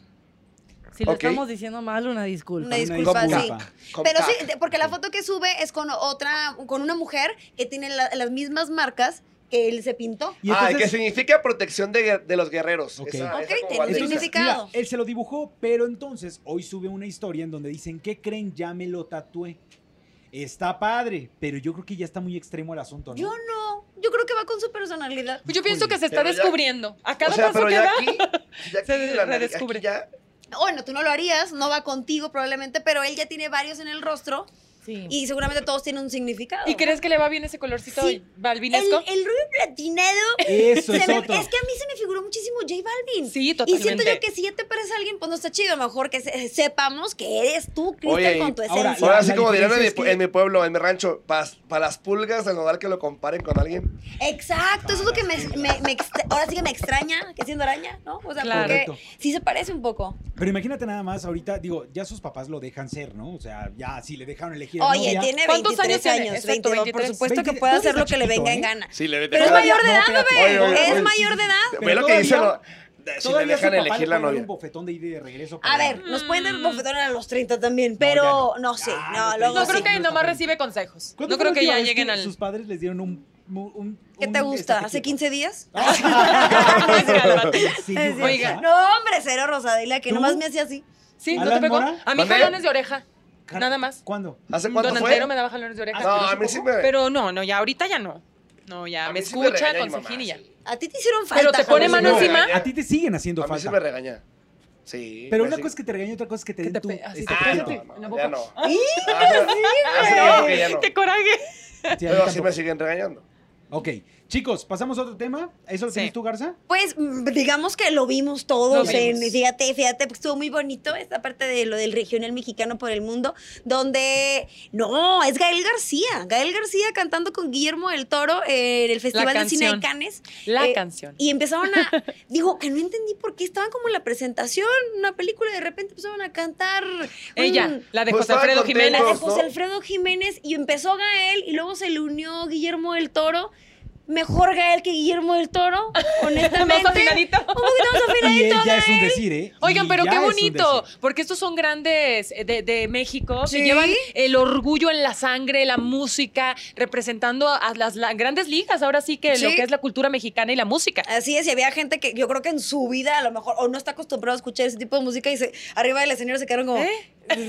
Speaker 5: Si lo
Speaker 2: Ok.
Speaker 5: estamos diciendo mal, una disculpa.
Speaker 1: Una
Speaker 3: Una
Speaker 1: disculpa, sí.
Speaker 3: disculpa.
Speaker 2: Con
Speaker 1: Pero sí,
Speaker 2: tac.
Speaker 1: de- porque la foto que sube es con otra, con una mujer que tiene la- las mismas marcas que él se pintó.
Speaker 3: Y
Speaker 2: Ah,
Speaker 3: entonces-
Speaker 2: que significa protección de, guer- de los guerreros.
Speaker 3: Ok.
Speaker 2: Esa-
Speaker 1: Ok,
Speaker 2: esa como
Speaker 1: tiene
Speaker 2: bandera.
Speaker 3: Entonces,
Speaker 1: significa- significado.
Speaker 3: mira, él se lo dibujó, pero entonces hoy sube una historia en donde dicen, ¿qué creen? Ya me lo tatué. Está padre, pero yo creo que ya está muy extremo el asunto, ¿no?
Speaker 1: Yo no, yo creo que va con su personalidad.
Speaker 4: Pues Yo pienso que se está
Speaker 2: Pero ya-
Speaker 4: descubriendo. A cada
Speaker 2: o sea,
Speaker 4: paso
Speaker 2: pero
Speaker 4: que
Speaker 2: ya
Speaker 4: da.
Speaker 2: aquí, ya aquí,
Speaker 4: se
Speaker 2: la nariz,
Speaker 4: redescubre.
Speaker 2: aquí ya,
Speaker 1: Bueno, tú no lo harías, no va contigo probablemente, pero él ya tiene varios en el rostro
Speaker 5: Sí.
Speaker 1: y seguramente todos tienen un significado.
Speaker 4: ¿Y crees que le va bien ese colorcito
Speaker 1: Sí. el,
Speaker 4: balvinesco?
Speaker 1: el rubio platinado
Speaker 3: Eso
Speaker 1: se
Speaker 3: es
Speaker 1: me-
Speaker 3: otro.
Speaker 1: es que a mí se me figuró muchísimo J Balvin.
Speaker 4: Sí,
Speaker 1: Y
Speaker 4: totalmente.
Speaker 1: siento yo que si ya te parece a alguien, pues no está chido. Mejor que se- sepamos que eres tú,
Speaker 2: Oye,
Speaker 1: Cristian,
Speaker 2: y
Speaker 1: con tu
Speaker 3: ahora-
Speaker 1: esencia.
Speaker 2: Ahora
Speaker 3: La-
Speaker 2: sí,
Speaker 3: la
Speaker 2: como dirán en, mi,
Speaker 3: diferencia es que-
Speaker 2: en mi pueblo, en mi rancho, para las pulgas del nodal que lo comparen con alguien.
Speaker 1: Exacto, eso es lo que me, me- me extra- ahora sí que me extraña, que siendo araña, ¿no? O sea,
Speaker 4: Claro.
Speaker 1: porque
Speaker 3: Correcto.
Speaker 1: sí se parece un poco.
Speaker 3: Pero imagínate nada más, ahorita, digo, ya sus papás lo dejan ser, ¿no? O sea, ya sí le dejaron elegir. a
Speaker 1: Oye,
Speaker 3: novia.
Speaker 1: tiene 23
Speaker 4: ¿Cuántos años
Speaker 1: años,
Speaker 4: tiene? Exacto,
Speaker 1: 22, por
Speaker 4: 23.
Speaker 1: supuesto que
Speaker 3: 23,
Speaker 1: puede hacer
Speaker 3: está
Speaker 1: lo que le
Speaker 3: chiquito,
Speaker 1: venga
Speaker 3: ¿eh?
Speaker 1: en gana.
Speaker 2: Sí, le
Speaker 1: Pero es
Speaker 3: Todavía-
Speaker 1: mayor de
Speaker 3: no,
Speaker 1: edad,
Speaker 3: espérate.
Speaker 1: bebé.
Speaker 2: Oye, oye,
Speaker 1: Es
Speaker 2: oye.
Speaker 1: mayor de edad.
Speaker 2: Ve lo que
Speaker 3: todavía-
Speaker 2: dice, lo- de- si
Speaker 3: Todavía
Speaker 2: le
Speaker 3: su
Speaker 2: dejan
Speaker 3: papá le
Speaker 2: elegir
Speaker 3: puede
Speaker 2: la
Speaker 3: dar
Speaker 2: novia.
Speaker 3: un bofetón de ida y de regreso.
Speaker 1: A
Speaker 3: para-
Speaker 1: ver, nos pueden dar
Speaker 4: Mm.
Speaker 1: bofetón a los 30 también,
Speaker 3: ya
Speaker 1: pero
Speaker 3: no.
Speaker 1: no sé.
Speaker 3: Ya,
Speaker 1: No,
Speaker 3: no,
Speaker 1: luego
Speaker 4: No
Speaker 3: no,
Speaker 4: creo
Speaker 1: sí.
Speaker 3: sí,
Speaker 4: que
Speaker 3: no está
Speaker 4: nomás
Speaker 3: bien.
Speaker 4: recibe consejos.
Speaker 3: ¿Cuándo fue
Speaker 4: No creo
Speaker 3: la
Speaker 4: que
Speaker 3: última
Speaker 4: ya
Speaker 3: vez
Speaker 4: lleguen al.
Speaker 3: Sus padres les dieron un... un- un-
Speaker 1: ¿Qué te
Speaker 3: un-
Speaker 1: gusta?
Speaker 3: estate
Speaker 1: ¿Hace
Speaker 3: quieto.
Speaker 1: 15 días?
Speaker 4: Cálmate.
Speaker 3: Sí,
Speaker 1: Es
Speaker 3: yo-
Speaker 4: Oiga,
Speaker 3: ¿ah?
Speaker 1: No, hombre, cero rosadela, que
Speaker 3: ¿Tú?
Speaker 1: nomás me hacía así.
Speaker 4: Sí, ¿no
Speaker 3: ¿Alan
Speaker 4: te pegó?
Speaker 3: Mora?
Speaker 4: A mí
Speaker 2: ¿Mandé?
Speaker 4: jalones de oreja. Nada más.
Speaker 3: ¿Cuándo?
Speaker 2: ¿Hace
Speaker 4: Don
Speaker 2: cuánto fue? Ah,
Speaker 4: Antero me daba jalones de oreja.
Speaker 2: No, a mí sí me...
Speaker 4: Pero no, no, ya ahorita ya no. No, ya
Speaker 2: a
Speaker 4: me
Speaker 2: mí sí me
Speaker 4: escucha,
Speaker 2: regaña mi mamá,
Speaker 4: consejín y ya.
Speaker 2: sí.
Speaker 1: A ti te hicieron falta.
Speaker 4: Pero te pone
Speaker 1: Javier.
Speaker 4: mano
Speaker 2: No,
Speaker 4: encima.
Speaker 2: regaña.
Speaker 3: A ti te siguen haciendo
Speaker 2: A mí sí
Speaker 3: falta.
Speaker 2: me regaña. Sí.
Speaker 3: Pero
Speaker 2: me
Speaker 3: una
Speaker 2: sí.
Speaker 3: cosa es que te regañe, otra cosa es que te
Speaker 4: Que
Speaker 3: den
Speaker 4: te
Speaker 3: tu...
Speaker 4: pe- así
Speaker 3: estate
Speaker 4: te
Speaker 2: Ah,
Speaker 3: quieto.
Speaker 4: pégate.
Speaker 2: no,
Speaker 4: en la
Speaker 2: no,
Speaker 4: boca.
Speaker 2: ya no. Hace- hace tiempo que ya no.
Speaker 4: ¡Qué coraje!
Speaker 3: Sí, a mí
Speaker 2: Pero sí
Speaker 3: tampoco.
Speaker 2: me siguen regañando.
Speaker 3: Ok, chicos, pasamos a otro tema. ¿Eso lo
Speaker 4: Sí.
Speaker 3: tienes tú, Garza?
Speaker 1: Pues mm, digamos que lo vimos todos.
Speaker 4: Lo
Speaker 1: en-
Speaker 4: vimos.
Speaker 1: fíjate, fíjate, pues, estuvo muy bonito esta parte de lo del regional mexicano por el mundo, donde no, es Gael García. Gael García cantando con Guillermo del Toro en el Festival de Cine de
Speaker 4: canción.
Speaker 1: Cannes.
Speaker 4: La
Speaker 1: Eh,
Speaker 4: canción.
Speaker 1: Y empezaron a. digo, que no entendí por qué estaban como en la presentación, una película, y de repente empezaron a cantar. un-
Speaker 4: Ella, la de
Speaker 2: Pues
Speaker 4: José
Speaker 2: estaba
Speaker 4: Alfredo
Speaker 2: contento.
Speaker 4: Jiménez.
Speaker 1: la de
Speaker 2: Todos,
Speaker 1: José
Speaker 2: ¿no?
Speaker 1: Alfredo Jiménez y empezó Gael y luego se le unió Guillermo del Toro. Mejor Gael que Guillermo del Toro, honestamente.
Speaker 4: Más afinadito.
Speaker 1: Un poquito más
Speaker 3: Y él
Speaker 1: afinadito,
Speaker 3: ya es un
Speaker 1: Gael.
Speaker 3: decir, ¿eh?
Speaker 4: Oigan,
Speaker 3: Y
Speaker 4: pero
Speaker 3: ya
Speaker 4: qué
Speaker 3: es un
Speaker 4: bonito,
Speaker 3: decir.
Speaker 4: porque estos son grandes eh, de, de México,
Speaker 1: Sí.
Speaker 4: que llevan el orgullo en la sangre, la música, representando a las la- grandes ligas, ahora sí que lo
Speaker 1: Sí.
Speaker 4: que es la cultura mexicana y la música.
Speaker 1: Así es, y había gente que yo creo que en su vida a lo mejor o no está acostumbrado a escuchar ese tipo de música y se, arriba del escenario se quedaron como,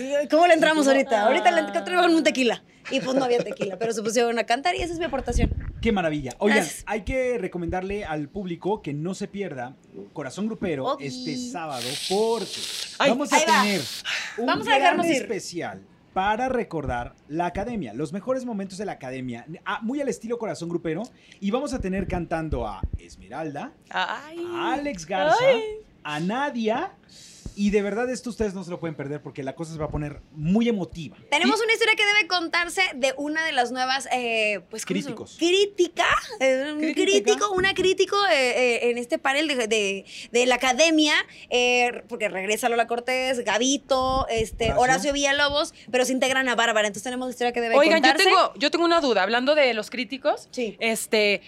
Speaker 1: ¿cómo le entramos ahorita?
Speaker 4: ¿Eh? Ah.
Speaker 1: Ahorita le encontramos un tequila. Y pues no había tequila, pero se pusieron a cantar y esa es mi aportación.
Speaker 3: Qué maravilla. Oigan,
Speaker 1: Gracias.
Speaker 3: hay que recomendarle al público que no se pierda Corazón Grupero
Speaker 1: Ok.
Speaker 3: este sábado porque
Speaker 4: Ay,
Speaker 3: vamos a
Speaker 1: ahí va.
Speaker 3: tener un
Speaker 1: Vamos a
Speaker 3: gran
Speaker 1: dejarnos ir.
Speaker 3: especial para recordar la academia, los mejores momentos de la academia, ah, muy al estilo Corazón Grupero. Y vamos a tener cantando a Esmeralda,
Speaker 4: Ay.
Speaker 3: a Alex Garza, a Nadia. Y de verdad esto ustedes no se lo pueden perder porque la cosa se va a poner muy emotiva.
Speaker 1: Tenemos una historia que debe contarse de una de las nuevas, eh, pues, ¿cómo se llama?
Speaker 3: Críticos.
Speaker 1: Crítica, eh, un
Speaker 3: Crítica.
Speaker 1: crítico, una crítico eh, eh, en este panel de, de- de la academia, eh, porque regresa Lola Cortés, Gavito, este,
Speaker 3: Horacio.
Speaker 1: Horacio. Villalobos, pero se integran a Bárbara, entonces tenemos la historia que debe
Speaker 4: Oigan, yo
Speaker 1: contarse.
Speaker 4: tengo, yo tengo una duda, hablando de los críticos,
Speaker 1: Sí.
Speaker 4: este,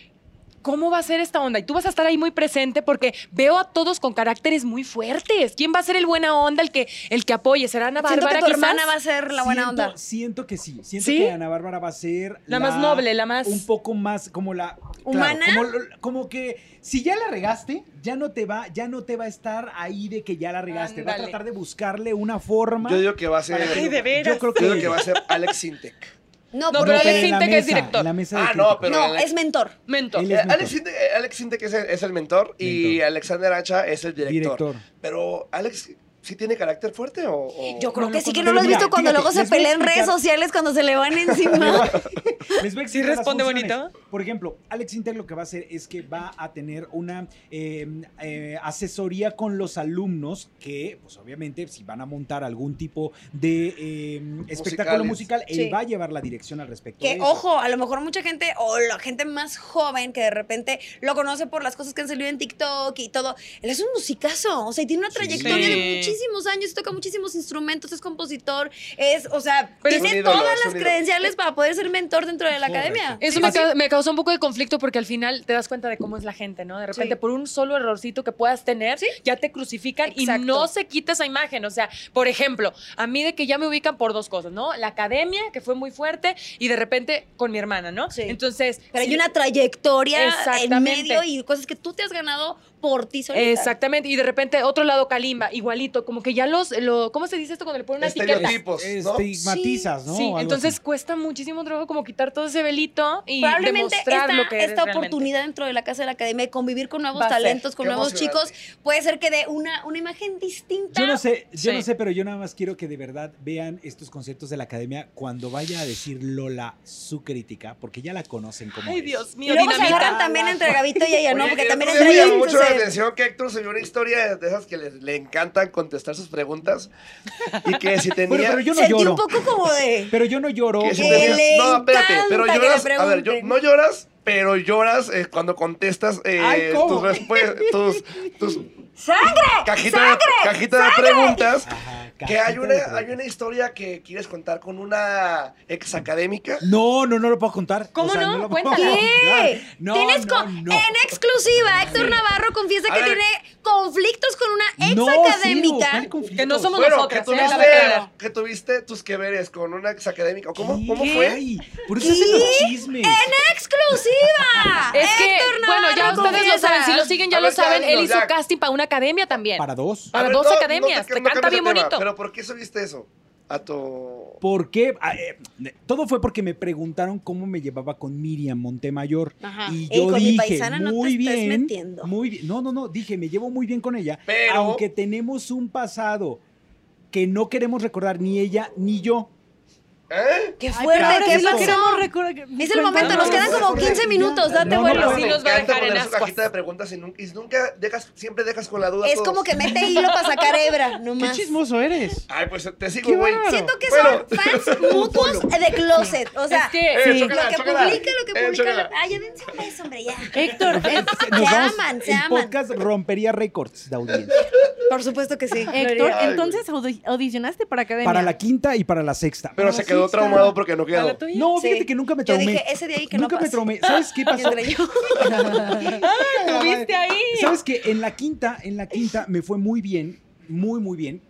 Speaker 4: ¿cómo va a ser esta onda? Y tú vas a estar ahí muy presente porque veo a todos con caracteres muy fuertes. ¿Quién va a ser el buena onda, el que, el que apoye? ¿Será Ana
Speaker 1: Siento que
Speaker 4: Bárbara
Speaker 1: tu
Speaker 4: quizás?
Speaker 1: hermana va a ser la buena
Speaker 3: Siento-
Speaker 1: onda.
Speaker 3: Siento que sí. Siento
Speaker 4: ¿Sí?
Speaker 3: que Ana Bárbara va a ser
Speaker 4: La más noble, la más-
Speaker 3: Un poco más como la. claro,
Speaker 1: ¿Humana?
Speaker 3: como lo- como, que si ya la regaste, ya no te va, ya no te va a estar ahí de que ya la regaste. Va a
Speaker 4: Ándale.
Speaker 3: tratar de buscarle una forma.
Speaker 2: Yo digo que va a ser.
Speaker 3: para que-
Speaker 4: Ay, de veras.
Speaker 3: Yo creo
Speaker 2: Yo digo
Speaker 3: que,
Speaker 2: que va a ser Alex Sintek.
Speaker 1: No,
Speaker 4: No,
Speaker 1: porque-
Speaker 4: pero Alex
Speaker 3: en la
Speaker 4: Sintek es
Speaker 3: mesa,
Speaker 4: director.
Speaker 3: en la mesa de
Speaker 2: Ah,
Speaker 3: críticos.
Speaker 2: no, pero.
Speaker 1: no,
Speaker 2: Alex-
Speaker 1: es mentor.
Speaker 4: Mento.
Speaker 3: Él
Speaker 2: Eh,
Speaker 3: es
Speaker 2: Alex
Speaker 3: mentor.
Speaker 2: Sintek Alex Sintek es, el- es el mentor y
Speaker 3: Mentor.
Speaker 2: Alexander Hacha es el director.
Speaker 3: Director.
Speaker 2: Pero Alex sí tiene carácter fuerte o. o-
Speaker 1: Yo creo
Speaker 3: No,
Speaker 1: que
Speaker 3: no,
Speaker 1: sí que
Speaker 3: cuando-
Speaker 1: no lo has
Speaker 3: Pero mira,
Speaker 1: visto cuando
Speaker 3: fíjate,
Speaker 1: luego se
Speaker 3: les voy a
Speaker 1: pelea en redes
Speaker 3: explicar-
Speaker 1: sociales cuando se le van encima.
Speaker 3: Les voy a
Speaker 4: Sí
Speaker 3: explicar las
Speaker 4: responde
Speaker 3: funciones.
Speaker 4: bonito.
Speaker 3: Por ejemplo, Alex Inter lo que va a hacer es que va a tener una eh, eh, asesoría con los alumnos que, pues obviamente, si van a montar algún tipo de eh, espectáculo musical, él
Speaker 1: Sí.
Speaker 3: va a llevar la dirección al respecto. de
Speaker 1: Que
Speaker 3: eso.
Speaker 1: ojo, a lo mejor mucha gente o la gente más joven que de repente lo conoce por las cosas que han salido en TikTok y todo, él es un musicazo, o sea, y tiene una trayectoria
Speaker 4: Sí.
Speaker 1: de muchísimos años, toca muchísimos instrumentos, es compositor, es, o sea,
Speaker 4: Pero es
Speaker 1: tiene
Speaker 2: un ídolo,
Speaker 1: todas
Speaker 2: es
Speaker 1: las
Speaker 2: un ídolo.
Speaker 1: credenciales para poder ser mentor dentro de la
Speaker 3: Correcto.
Speaker 1: academia.
Speaker 4: Eso
Speaker 1: Sí,
Speaker 4: me,
Speaker 1: sí.
Speaker 4: ca- me causó un poco de conflicto porque al final te das cuenta de cómo es la gente, ¿no? De repente,
Speaker 1: Sí.
Speaker 4: por un solo errorcito que puedas tener, ya te crucifican
Speaker 1: Exacto.
Speaker 4: y no se quita esa imagen. O sea, por ejemplo, a mí de que ya me ubican por dos cosas, ¿no? La academia, que fue muy fuerte, y de repente con mi hermana, ¿no?
Speaker 1: Sí.
Speaker 4: Entonces.
Speaker 1: Pero
Speaker 4: sí-
Speaker 1: hay una trayectoria en
Speaker 4: Exactamente.
Speaker 1: medio y cosas que tú te has ganado por ti solita.
Speaker 4: Exactamente, y de repente otro lado Kalimba, igualito, como que ya los, lo, ¿cómo se dice esto cuando le ponen una etiqueta?
Speaker 2: Estereotipos, ¿no?
Speaker 3: Estigmatizas, ¿no?
Speaker 4: Sí,
Speaker 3: Algo
Speaker 4: entonces
Speaker 3: así.
Speaker 4: cuesta muchísimo trabajo como quitar todo ese velito y
Speaker 1: Probablemente
Speaker 4: demostrar
Speaker 1: esta,
Speaker 4: lo que eres
Speaker 1: esta
Speaker 4: realmente.
Speaker 1: oportunidad dentro de la casa de la academia de convivir con nuevos
Speaker 4: Va a ser.
Speaker 1: talentos, con
Speaker 2: Qué
Speaker 1: nuevos chicos,
Speaker 2: emocionante.
Speaker 1: puede ser que dé una, una imagen distinta.
Speaker 3: Yo no sé, yo
Speaker 4: Sí.
Speaker 3: no sé, pero yo nada más quiero que de verdad vean estos conciertos de la academia cuando vaya a decir Lola su crítica, porque ya la conocen como
Speaker 4: Ay,
Speaker 3: es.
Speaker 4: Dios
Speaker 1: Y
Speaker 4: mío,
Speaker 1: luego se
Speaker 4: dinamita.
Speaker 1: agarran también entre Gabito y ella, ¿no?
Speaker 2: Oye,
Speaker 1: Porque
Speaker 2: el
Speaker 1: también
Speaker 2: otro día
Speaker 1: entre
Speaker 2: me
Speaker 1: ellos.
Speaker 2: llamó mucho la
Speaker 1: entonces-
Speaker 2: atención que Héctor subió una historia de esas que le, le encantan contestar sus preguntas y que si tenía...
Speaker 3: Bueno, pero yo no
Speaker 1: Sentí
Speaker 3: lloro.
Speaker 1: un poco como de.
Speaker 3: Pero yo no lloro.
Speaker 2: que si
Speaker 1: Que
Speaker 2: tenías-
Speaker 1: le
Speaker 2: no, espérate, pero
Speaker 1: encanta que
Speaker 2: lloras,
Speaker 1: le
Speaker 2: a ver, yo-
Speaker 1: pregunten.
Speaker 2: no lloras, pero lloras eh, cuando contestas eh,
Speaker 3: Ay, ¿cómo?
Speaker 2: tus, respu- tus, tus
Speaker 1: ¡Sangre!
Speaker 2: cajita, de- cajita de preguntas.
Speaker 3: Ajá,
Speaker 2: Que hay
Speaker 3: Ah, cajita
Speaker 2: una,
Speaker 3: de preguntas.
Speaker 2: hay una historia que quieres contar con una ex académica.
Speaker 3: No, no, no lo puedo contar.
Speaker 4: ¿Cómo no?
Speaker 3: lo
Speaker 4: Cuéntalo.
Speaker 3: puedo contar.
Speaker 1: ¿Qué?
Speaker 3: No,
Speaker 1: Tienes
Speaker 3: no,
Speaker 1: con-
Speaker 3: no.
Speaker 1: En exclusiva, Héctor Navarro confiesa
Speaker 2: A
Speaker 1: que
Speaker 2: ver.
Speaker 1: tiene conflictos con una ex
Speaker 3: No, sí,
Speaker 1: académica.
Speaker 3: ¿cuál conflicto?
Speaker 4: Que no somos
Speaker 2: Bueno,
Speaker 4: nosotras.
Speaker 2: que
Speaker 4: ¿eh?
Speaker 2: tuviste,
Speaker 4: Déjame aclarar.
Speaker 2: que tuviste tus que veres con una ex académica. ¿Cómo,
Speaker 3: ¿Qué?
Speaker 2: ¿Cómo fue?
Speaker 3: Ay, Por eso hacen los chismes.
Speaker 1: ¡En exclusiva!
Speaker 4: Es que,
Speaker 1: Héctor
Speaker 4: bueno, ya
Speaker 1: Navarro
Speaker 4: ustedes lo
Speaker 1: confiesa.
Speaker 4: saben. Si lo siguen, ya
Speaker 2: A
Speaker 4: lo
Speaker 2: ver, ya,
Speaker 4: saben. Él
Speaker 2: no,
Speaker 4: hizo
Speaker 2: ya.
Speaker 4: casting para una academia también.
Speaker 3: Para dos.
Speaker 4: Para
Speaker 2: A ver,
Speaker 4: dos
Speaker 2: no, no
Speaker 4: academias.
Speaker 2: te-
Speaker 4: te
Speaker 2: no
Speaker 4: canta
Speaker 2: cambies
Speaker 4: bien
Speaker 2: de tema,
Speaker 4: bonito.
Speaker 2: Pero ¿por qué subiste eso? A tu...
Speaker 3: Porque Ah, eh, todo fue porque me preguntaron cómo me llevaba con Miriam Montemayor.
Speaker 1: Ajá.
Speaker 3: Y
Speaker 1: Ey,
Speaker 3: yo
Speaker 1: Ah, con mi
Speaker 3: dije,
Speaker 1: paisana no te
Speaker 3: muy
Speaker 1: estés
Speaker 3: bien,
Speaker 1: metiendo".
Speaker 3: muy bien. No, no, no, dije, me llevo muy bien con ella.
Speaker 2: Pero-
Speaker 3: Aunque tenemos un pasado que no queremos recordar ni ella ni yo.
Speaker 2: ¿Eh?
Speaker 1: ¡Qué
Speaker 5: Ay,
Speaker 1: fuerte!
Speaker 5: pero
Speaker 1: ¿Qué
Speaker 5: sí lo
Speaker 1: pasó?
Speaker 5: queremos recordar.
Speaker 1: Es el momento, nos
Speaker 2: Cuéntanos.
Speaker 1: quedan como 15 minutos, date
Speaker 3: No, no
Speaker 1: vuelo.
Speaker 3: puedo.
Speaker 4: Sí, nos va a
Speaker 2: encanta
Speaker 4: dejar en
Speaker 2: poner su
Speaker 4: ascuas.
Speaker 2: cajita de preguntas y nunca, y nunca dejas, siempre dejas con la duda. a
Speaker 1: Es
Speaker 2: todos.
Speaker 1: como que mete hilo para sacar hebra,
Speaker 6: Qué
Speaker 1: nomás.
Speaker 6: chismoso eres.
Speaker 2: Ay, pues te sigo, güey.
Speaker 6: bárbaro.
Speaker 1: Siento que
Speaker 2: Bueno.
Speaker 1: son fans mutuos de closet. O sea,
Speaker 4: Es que-
Speaker 2: Eh,
Speaker 1: sí,
Speaker 2: chócala,
Speaker 1: lo que
Speaker 2: chócala.
Speaker 1: publica, lo que
Speaker 2: Eh,
Speaker 1: publica.
Speaker 2: chócala.
Speaker 1: ah, ya dense un beso, hombre, ya.
Speaker 5: Héctor,
Speaker 1: Ah, Se
Speaker 3: Nos vamos-
Speaker 1: aman, se
Speaker 3: el
Speaker 1: aman.
Speaker 3: podcast rompería récords de audiencia.
Speaker 1: Por supuesto que sí.
Speaker 5: Héctor,
Speaker 2: Ay,
Speaker 5: entonces audi- audicionaste para academia.
Speaker 3: Para la quinta y para la sexta.
Speaker 2: Pero se quedó traumado porque no
Speaker 4: ¿Para
Speaker 2: quedó.
Speaker 4: la tuya?
Speaker 3: No,
Speaker 1: Sí.
Speaker 3: fíjate que nunca me
Speaker 1: Yo
Speaker 3: traumé.
Speaker 1: dije, ese de ahí que no
Speaker 3: nunca me
Speaker 1: pase.
Speaker 3: traumé. ¿Sabes qué pasó?
Speaker 1: Mientras yo-
Speaker 4: ¿Tuviste ahí?
Speaker 3: ¿Sabes qué? En la quinta, en la quinta me fue muy bien, muy, muy bien,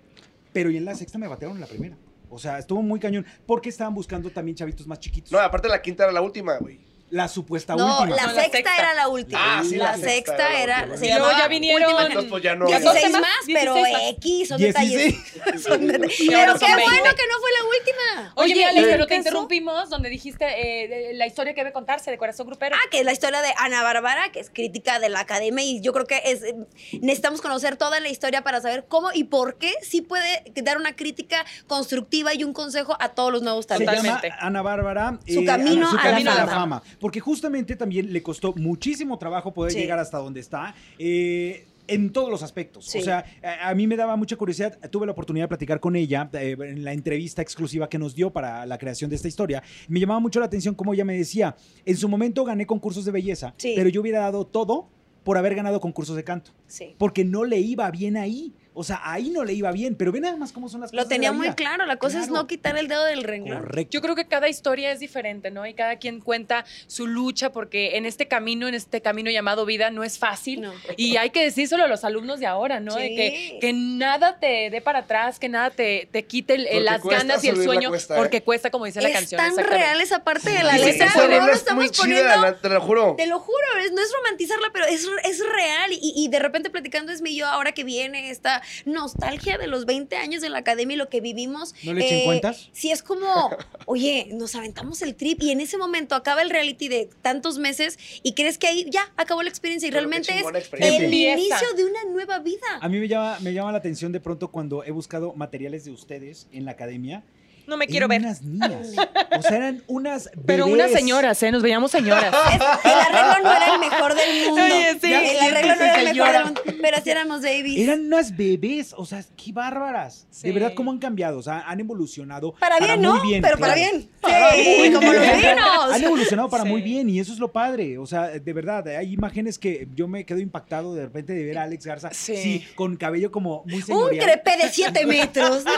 Speaker 3: pero y en la sexta me batearon en la primera. O sea, estuvo muy cañón, porque estaban buscando también chavitos más chiquitos.
Speaker 2: No, aparte la quinta era la última, güey.
Speaker 3: la supuesta
Speaker 1: No,
Speaker 3: última.
Speaker 1: la
Speaker 4: No, la
Speaker 1: sexta
Speaker 4: sexta.
Speaker 1: era la última.
Speaker 2: Ah, sí,
Speaker 1: la
Speaker 2: la
Speaker 1: sexta
Speaker 2: sexta era la
Speaker 1: era.
Speaker 2: última.
Speaker 1: Se
Speaker 4: Y luego
Speaker 1: llamaba
Speaker 4: ya vinieron
Speaker 2: Entonces, pues ya no.
Speaker 4: Ya
Speaker 1: 16
Speaker 4: 14
Speaker 1: más,
Speaker 4: más,
Speaker 1: pero
Speaker 4: 16
Speaker 1: X, son
Speaker 3: 16.
Speaker 1: detalles. Son detalles.
Speaker 4: Y
Speaker 1: Pero
Speaker 4: ahora
Speaker 1: qué
Speaker 4: son 20.
Speaker 1: bueno que no fue la última.
Speaker 4: Oye, mira,
Speaker 5: ¿y
Speaker 4: Alex,
Speaker 5: el
Speaker 4: pero te
Speaker 5: caso?
Speaker 4: interrumpimos donde dijiste eh, de- la historia que debe contarse de Corazón Grupero.
Speaker 1: Ah, que es la historia de Ana Bárbara, que es crítica de la academia y yo creo que es eh, necesitamos conocer toda la historia para saber cómo y por qué sí puede dar una crítica constructiva y un consejo a todos los nuevos
Speaker 3: Se
Speaker 1: talentos.
Speaker 4: Totalmente.
Speaker 3: llama Ana Bárbara.
Speaker 1: Su camino
Speaker 3: su
Speaker 1: a la
Speaker 3: camino
Speaker 1: fama.
Speaker 3: Porque justamente también le costó muchísimo trabajo poder
Speaker 1: Sí.
Speaker 3: llegar hasta donde está. eh, en todos los aspectos.
Speaker 1: Sí.
Speaker 3: O sea, a, a mí me daba mucha curiosidad. Tuve la oportunidad de platicar con ella eh, en la entrevista exclusiva que nos dio para la creación de esta historia. Me llamaba mucho la atención cómo ella me decía, en su momento gané concursos de belleza,
Speaker 1: Sí.
Speaker 3: pero yo hubiera dado todo por haber ganado concursos de canto,
Speaker 1: Sí.
Speaker 3: porque no le iba bien ahí. O sea, ahí no le iba bien, pero ve nada más cómo son las cosas.
Speaker 1: Lo
Speaker 3: de
Speaker 1: tenía
Speaker 3: la
Speaker 1: muy
Speaker 3: vida.
Speaker 1: claro, la cosa es
Speaker 3: Claro.
Speaker 1: no quitar el dedo del renglón.
Speaker 3: Correcto.
Speaker 4: Yo creo que cada historia es diferente, ¿no? Y cada quien cuenta su lucha porque en este camino, en este camino llamado vida, no es fácil.
Speaker 1: No.
Speaker 4: Y hay que decírselo a los alumnos de ahora, ¿no? De
Speaker 1: Sí.
Speaker 4: que, que nada te dé para atrás, que nada te, te quite el-
Speaker 2: Porque
Speaker 4: las
Speaker 2: cuesta
Speaker 4: ganas y el
Speaker 2: subir la
Speaker 4: sueño,
Speaker 2: cuesta, ¿eh?
Speaker 4: porque cuesta, como dice la
Speaker 1: es
Speaker 4: canción.
Speaker 1: tan
Speaker 4: exactamente.
Speaker 1: real esa parte de la
Speaker 4: Sí, sí,
Speaker 1: letra.
Speaker 4: sí,
Speaker 1: no
Speaker 4: sí,
Speaker 1: lo
Speaker 2: es muy
Speaker 1: estamos
Speaker 2: chida,
Speaker 1: poniendo.
Speaker 2: la- te lo juro.
Speaker 1: Te lo juro, es- no es romantizarla, pero es, es real. Y, y de repente platicando es mi yo ahora que viene esta nostalgia de los 20 años de la academia y lo que vivimos. eh,
Speaker 3: ¿No le echen cuentas?
Speaker 1: Sí, es como, oye, nos aventamos el trip y en ese momento acaba el reality de tantos meses y crees que ahí ya acabó la experiencia y
Speaker 2: Pero qué
Speaker 1: realmente es
Speaker 2: chingona
Speaker 1: el
Speaker 2: experiencia.
Speaker 4: Empieza.
Speaker 1: inicio de una nueva vida.
Speaker 3: A mí me llama, me llama la atención de pronto cuando he buscado materiales de ustedes en la academia.
Speaker 4: No me quiero ver.
Speaker 3: eran unas niñas. O sea, eran unas bebés.
Speaker 4: Pero unas señoras, ¿eh? Nos veíamos señoras.
Speaker 1: Es- el arreglo no era el mejor del mundo.
Speaker 4: Oye, sí.
Speaker 1: el arreglo no era el mejor del mundo. pero si éramos babies.
Speaker 3: Eran unas bebés, o sea, qué bárbaras.
Speaker 4: Sí.
Speaker 3: De verdad, cómo han cambiado, o sea, han evolucionado.
Speaker 1: Para bien, ¿no?
Speaker 3: muy
Speaker 1: pero para
Speaker 3: claro.
Speaker 1: bien. Sí, como los
Speaker 3: Han
Speaker 1: vinos.
Speaker 3: evolucionado para
Speaker 4: Sí.
Speaker 3: muy bien y eso es lo padre. O sea, de verdad, hay imágenes que yo me quedo impactado de repente de ver a Alex Garza.
Speaker 4: Sí.
Speaker 3: Sí. con cabello como muy
Speaker 1: Un
Speaker 3: señorial.
Speaker 1: crepe de 7 metros. No,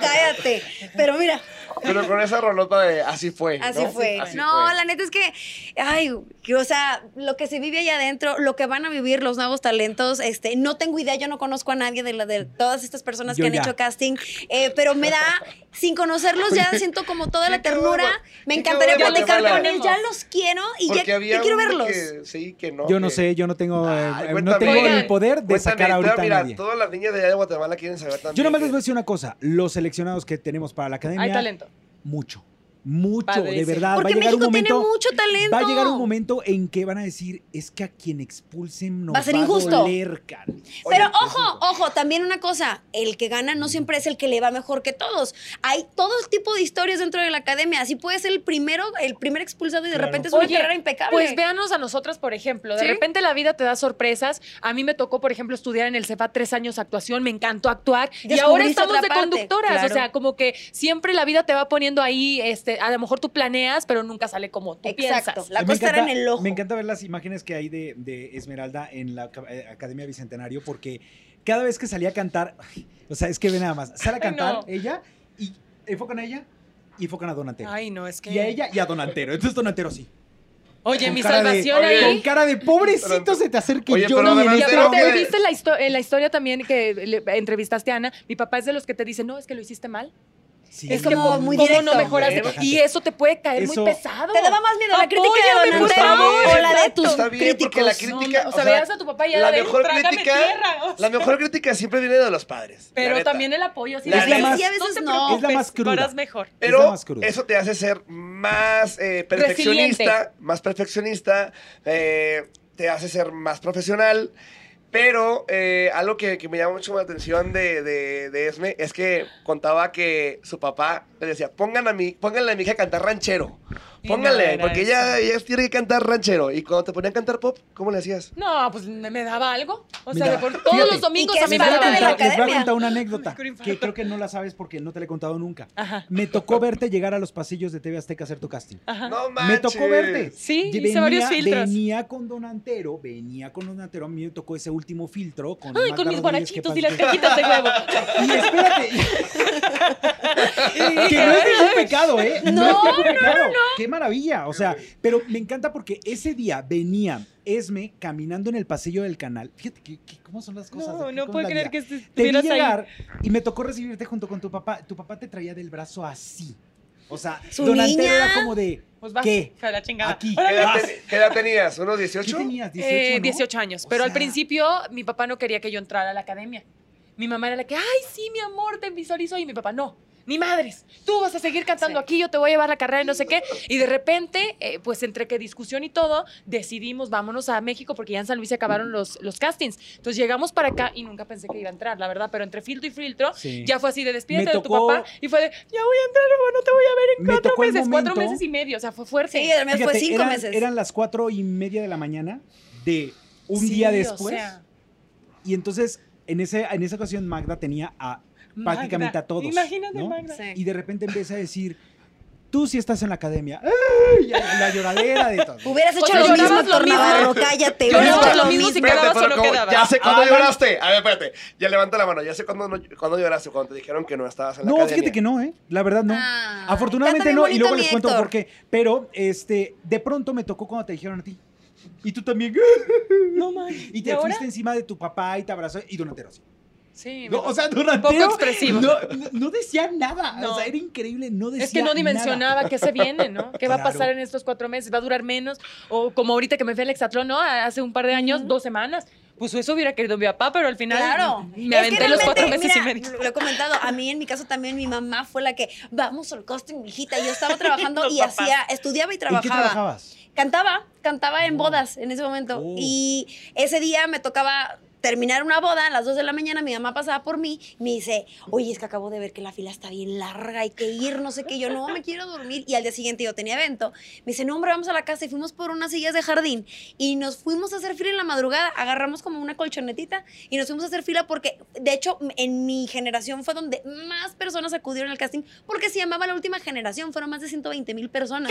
Speaker 1: cállate. Pero mira,
Speaker 2: Pero con esa rolota de así fue.
Speaker 1: Así
Speaker 2: ¿no?
Speaker 1: fue.
Speaker 2: Así
Speaker 1: no,
Speaker 2: fue.
Speaker 1: la neta es que, ay, que, o sea, lo que se vive allá adentro, lo que van a vivir los nuevos talentos, este, no tengo idea, yo no conozco a nadie de, la, de todas estas personas
Speaker 3: Yo
Speaker 1: que han
Speaker 3: ya.
Speaker 1: hecho casting, eh, pero me da, sin conocerlos ya siento como toda la
Speaker 2: Qué cabrón,
Speaker 1: ternura, me
Speaker 2: qué
Speaker 1: encantaría
Speaker 2: cabrón,
Speaker 1: platicar
Speaker 2: Guatemala.
Speaker 1: con ellos, ya los quiero y ya,
Speaker 2: Porque
Speaker 1: ya
Speaker 2: había
Speaker 1: quiero
Speaker 2: uno
Speaker 1: verlos.
Speaker 2: que sí, que no.
Speaker 3: Yo no
Speaker 2: que-
Speaker 3: sé, yo no tengo, eh,
Speaker 2: Ay,
Speaker 3: eh, no
Speaker 2: cuéntame.
Speaker 3: tengo el
Speaker 4: Oigan,
Speaker 3: poder de
Speaker 2: Cuéntame,
Speaker 3: sacar
Speaker 2: pero
Speaker 3: ahorita
Speaker 2: mira,
Speaker 3: a nadie.
Speaker 2: todas las niñas de allá de Guatemala quieren saber también.
Speaker 3: Yo nomás les
Speaker 2: que-
Speaker 3: voy a decir una cosa. Los seleccionados que tenemos para la academia,
Speaker 4: Hay talento.
Speaker 3: mucho. Mucho,
Speaker 4: Padrísimo.
Speaker 3: de verdad.
Speaker 1: Porque
Speaker 3: va a llegar
Speaker 1: México
Speaker 3: un momento,
Speaker 1: tiene mucho talento.
Speaker 3: Va a llegar un momento en que van a decir, es que a quien expulsen nos
Speaker 1: Va a ser injusto.
Speaker 3: doler, cara".
Speaker 2: Oye,
Speaker 1: Pero ojo, ojo, también una cosa, el que gana no siempre es el que le va mejor que todos. Hay todo tipo de historias dentro de la academia, así puede ser el primero, el primer expulsado y de
Speaker 3: Claro.
Speaker 1: repente es una
Speaker 4: Oye,
Speaker 1: carrera impecable.
Speaker 4: Pues véanos a nosotras, por ejemplo. De
Speaker 1: ¿Sí?
Speaker 4: repente la vida te da sorpresas. A mí me tocó, por ejemplo, estudiar en el CEFA tres años actuación. Me encantó actuar. y
Speaker 1: Descubriste
Speaker 4: ahora estamos
Speaker 1: otra
Speaker 4: de
Speaker 1: parte,
Speaker 4: conductoras. O
Speaker 1: claro.
Speaker 4: sea, como que siempre la vida te va poniendo ahí. Este, a lo mejor tú planeas, pero nunca sale como tú
Speaker 1: Exacto,
Speaker 4: piensas.
Speaker 1: la
Speaker 3: Me
Speaker 1: cosa estará en
Speaker 3: encanta-
Speaker 1: el ojo.
Speaker 3: Me encanta ver las imágenes que hay de, de Esmeralda en la ca- eh, Academia Bicentenario porque cada vez que salía a cantar, o sea, es que ve nada más, sale a
Speaker 4: Ay,
Speaker 3: cantar
Speaker 4: no.
Speaker 3: ella y enfocan a ella y enfocan a Donatero.
Speaker 4: Ay, no, es que.
Speaker 3: y a ella y a Donatero. Entonces Donatero sí.
Speaker 4: Oye,
Speaker 3: con
Speaker 4: mi
Speaker 3: cara de-
Speaker 4: salvación
Speaker 2: oye,
Speaker 4: ahí.
Speaker 3: Con cara de pobrecito
Speaker 2: Pero-
Speaker 3: se te acerca y
Speaker 2: Oye,
Speaker 3: yo
Speaker 2: pero
Speaker 3: ni en
Speaker 4: Y
Speaker 2: Donatero-
Speaker 3: esta-
Speaker 4: aparte,
Speaker 2: Creo que-
Speaker 4: ¿viste la, histo- eh, la historia también que le- entrevistaste a Ana? Mi papá es de los que te dice, no, es que lo hiciste mal.
Speaker 3: Sí.
Speaker 4: es
Speaker 1: que como
Speaker 4: ¿cómo-
Speaker 1: muy
Speaker 4: ¿cómo
Speaker 1: directo.
Speaker 4: no mejoraste?
Speaker 3: Bueno,
Speaker 4: Y eso te puede caer
Speaker 3: Eso-
Speaker 4: muy pesado.
Speaker 1: Te daba más miedo la crítica de
Speaker 4: Apóyame, por
Speaker 1: Donatero
Speaker 4: favor.
Speaker 1: o la de tus
Speaker 2: Está bien, porque la
Speaker 1: críticos.
Speaker 4: No,
Speaker 2: crítica.
Speaker 4: no, o sea, veías a tu papá y ya
Speaker 2: la
Speaker 4: de,
Speaker 2: mejor
Speaker 4: "Trágame
Speaker 2: crítica,
Speaker 4: tierra", o
Speaker 2: La mejor crítica siempre viene de los padres. la
Speaker 4: Pero
Speaker 2: neta.
Speaker 4: también el apoyo. Así
Speaker 2: La
Speaker 4: de,
Speaker 2: neta.
Speaker 4: "No
Speaker 1: Sí, a veces
Speaker 4: te
Speaker 1: no.
Speaker 4: preocupes,
Speaker 3: Es la más cruda.
Speaker 4: lo harás mejor.
Speaker 3: Es la
Speaker 2: Pero
Speaker 3: más cruda.
Speaker 2: eso te hace ser más eh, perfeccionista,
Speaker 4: Resiliente.
Speaker 2: más perfeccionista, eh, te hace ser más profesional. Pero eh, algo que, que me llama mucho la atención de, de- de Esme es que contaba que su papá le decía, Pongan a mi, pónganle a mi hija a cantar ranchero.
Speaker 4: Y no
Speaker 2: Pónganle,
Speaker 4: era
Speaker 2: porque
Speaker 4: eso.
Speaker 2: ella, ella tiene que cantar ranchero. Y cuando te ponían a cantar pop, ¿cómo le hacías?
Speaker 4: No, pues me, me daba algo. O sea,
Speaker 3: Mira,
Speaker 4: de por todos
Speaker 3: fíjate.
Speaker 4: los domingos
Speaker 1: Y que
Speaker 4: a mí
Speaker 1: es
Speaker 4: me
Speaker 3: les, voy a
Speaker 1: parte de
Speaker 4: daba
Speaker 3: contar,
Speaker 1: la
Speaker 3: les
Speaker 4: algo.
Speaker 3: voy a
Speaker 1: academia.
Speaker 3: contar una anécdota
Speaker 4: microinfarto.
Speaker 3: que creo que no la sabes porque no te la he contado nunca.
Speaker 4: Ajá.
Speaker 3: Me tocó verte llegar a los pasillos de TV Azteca a hacer tu casting.
Speaker 4: Ajá.
Speaker 2: No
Speaker 3: Me
Speaker 2: manches.
Speaker 3: tocó verte.
Speaker 4: Sí,
Speaker 3: Ye-
Speaker 4: hice varios filtros.
Speaker 3: Venía con Donantero, venía con Donantero. A mí me tocó ese último filtro. Con
Speaker 4: Ay,
Speaker 3: Magda
Speaker 4: con
Speaker 3: Rodríguez,
Speaker 4: mis guarachitos
Speaker 3: que
Speaker 4: y las
Speaker 3: paz
Speaker 4: cajitas de huevo.
Speaker 3: descanse. Y espérate. que no es ningún pecado, ¿eh?
Speaker 4: No,
Speaker 3: es ningún pecado. Qué maravilla. O sea, pero me encanta porque ese día venía Esme caminando en el pasillo del canal. Fíjate que, que- cómo son las cosas.
Speaker 4: No,
Speaker 3: aquí
Speaker 4: no
Speaker 3: con
Speaker 4: puedo
Speaker 3: la
Speaker 4: creer
Speaker 3: vida.
Speaker 4: que
Speaker 3: Te vi
Speaker 4: estuvieras ahí.
Speaker 3: llegar y me tocó recibirte junto con tu papá. Tu papá te traía del brazo así. O sea,
Speaker 1: Su
Speaker 3: Donantero
Speaker 1: niña.
Speaker 3: era como de.
Speaker 4: Pues vas,
Speaker 3: ¿Qué?
Speaker 4: hija de la chingada.
Speaker 3: Aquí.
Speaker 2: ¿Qué edad,
Speaker 3: vas.
Speaker 2: te- qué edad tenías? ¿Unos
Speaker 3: Ah. ¿Qué
Speaker 2: 18?
Speaker 3: tenías? 18,
Speaker 4: Eh,
Speaker 3: ¿no?
Speaker 4: 18 años.
Speaker 3: O
Speaker 4: pero al
Speaker 3: sea-
Speaker 4: principio mi papá no quería que yo entrara a la academia. Mi mamá era la que, ay, sí, mi amor, te visualizo. Y mi papá, no, ni madres. Tú vas a seguir cantando
Speaker 1: Sí.
Speaker 4: aquí, yo te voy a llevar la carrera y no sé qué. Y de repente, eh, pues entre que discusión y todo, decidimos vámonos a México porque ya en San Luis se acabaron los, los castings. Entonces llegamos para acá y nunca pensé que iba a entrar, la verdad. Pero entre filtro y filtro,
Speaker 3: Sí.
Speaker 4: ya fue así de despídete
Speaker 3: Me
Speaker 4: de tu
Speaker 3: tocó-
Speaker 4: papá. Y fue de, ya voy a entrar, mamá, no te voy a ver en
Speaker 3: Me
Speaker 4: cuatro
Speaker 3: tocó el
Speaker 4: meses, cuatro
Speaker 3: momento-
Speaker 4: meses y medio. O sea, fue fuerte.
Speaker 1: Sí, además fue
Speaker 3: Fíjate,
Speaker 1: cinco
Speaker 3: eran,
Speaker 1: meses.
Speaker 3: Eran las cuatro y media de la mañana de un
Speaker 4: Sí,
Speaker 3: día
Speaker 4: o
Speaker 3: después.
Speaker 4: sea,
Speaker 3: Y entonces, en, ese, en esa ocasión, Magda tenía a prácticamente
Speaker 4: Magda.
Speaker 3: a todos.
Speaker 4: Imagínate,
Speaker 3: ¿no?
Speaker 4: Magda.
Speaker 1: Sí.
Speaker 3: Y de repente empieza a decir, tú sí estás en la academia. ¡Ay! La lloradera de todo.
Speaker 1: Hubieras
Speaker 4: O
Speaker 1: hecho
Speaker 4: sea,
Speaker 1: lo
Speaker 4: llorabas
Speaker 1: mismo,
Speaker 4: lo
Speaker 1: Tornabarro,
Speaker 4: mismo.
Speaker 1: cállate.
Speaker 4: Llorabas
Speaker 1: hubieras hecho
Speaker 4: lo mismo si
Speaker 2: Espérate,
Speaker 4: quedabas
Speaker 2: pero
Speaker 4: o no
Speaker 2: ¿cómo?
Speaker 4: quedabas.
Speaker 2: Ya sé cuándo
Speaker 3: Ah,
Speaker 2: lloraste. A ver, espérate. Ya levanta la mano. Ya sé cuándo, no- cuándo lloraste. Cuando te dijeron que no estabas en la
Speaker 3: No,
Speaker 2: academia.
Speaker 3: fíjate que no, ¿eh? La verdad no.
Speaker 1: Ah,
Speaker 3: Afortunadamente
Speaker 1: canta
Speaker 3: no,
Speaker 1: bien
Speaker 3: y luego
Speaker 1: bonito mi
Speaker 3: les cuento
Speaker 1: Héctor.
Speaker 3: por qué. Pero, este, de pronto me tocó cuando te dijeron a ti. Y tú también.
Speaker 4: No manches.
Speaker 3: Y te fuiste encima de tu papá y te abrazó. Y Donatero sí.
Speaker 4: Sí.
Speaker 3: No,
Speaker 4: me-
Speaker 3: o sea, Donatero.
Speaker 4: poco expresivo.
Speaker 3: No, no- no decía nada.
Speaker 4: No.
Speaker 3: O sea, era increíble. No decía
Speaker 4: es que no
Speaker 3: nada.
Speaker 4: dimensionaba qué se viene, ¿no? ¿Qué va a
Speaker 3: Claro.
Speaker 4: pasar en estos cuatro meses? ¿Va a durar menos? O como ahorita que me fui al Exatlón, ¿no? Hace un par de años, dos semanas. Pues eso hubiera querido mi papá, pero al final
Speaker 1: Claro. Es
Speaker 4: me
Speaker 1: que
Speaker 4: aventé los cuatro
Speaker 1: realmente,
Speaker 4: meses y
Speaker 1: mira,
Speaker 4: medio.
Speaker 1: Lo he comentado, a mí en mi caso también mi mamá fue la que, vamos al casting, mijita. Yo estaba trabajando
Speaker 4: Los
Speaker 1: y
Speaker 4: papás.
Speaker 1: hacía, estudiaba y
Speaker 3: ¿En qué
Speaker 1: trabajaba.
Speaker 3: trabajabas?
Speaker 1: Cantaba, cantaba en bodas en ese momento.
Speaker 3: Oh.
Speaker 1: Y ese día me tocaba terminar una boda a las 2 de la mañana, mi mamá pasaba por mí y me dice, oye, es que acabo de ver que la fila está bien larga, hay que ir, no sé qué, yo no me quiero dormir. Y al día siguiente yo tenía evento. Me dice, no, hombre, vamos a la casa y fuimos por unas sillas de jardín y nos fuimos a hacer fila en la madrugada, agarramos como una colchonetita y nos fuimos a hacer fila porque, de hecho, en mi generación fue donde más personas acudieron al casting porque se llamaba la última generación, fueron más de 120 mil personas.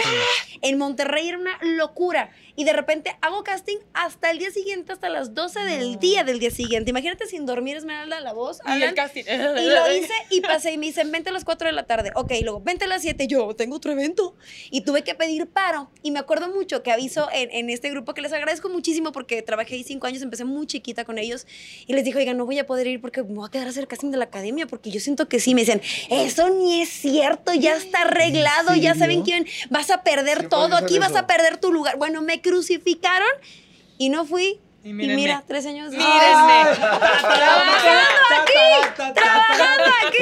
Speaker 1: En Monterrey era una locura y de repente hago casting hasta el día siguiente, hasta las 12 del día del día siguiente. Imagínate sin dormir, Esmeralda, la voz.
Speaker 4: Y
Speaker 1: Alan,
Speaker 4: el casting.
Speaker 1: y lo hice y pasé y me dicen, vente a las 4 de la tarde. Ok, y luego, vente a las 7. Yo, tengo otro evento. Y tuve que pedir paro. Y me acuerdo mucho que aviso en, en este grupo que les agradezco muchísimo porque trabajé ahí cinco años, empecé muy chiquita con ellos. Y les dije, oiga, no voy a poder ir porque me voy a quedar a hacer casting de la academia porque yo siento que sí. Me dicen, eso ni es cierto, ya está arreglado,
Speaker 3: ¿En
Speaker 1: ya
Speaker 3: serio?
Speaker 1: saben quién, vas a perder
Speaker 2: Sí,
Speaker 1: todo,
Speaker 2: podría ser
Speaker 1: aquí vas
Speaker 2: eso.
Speaker 1: a perder tu lugar. Bueno, me crucificaron y no fui.
Speaker 4: Y
Speaker 1: Y,
Speaker 4: mírenme.
Speaker 1: mira, tres años de-
Speaker 4: Mírenme.
Speaker 1: trabajando aquí.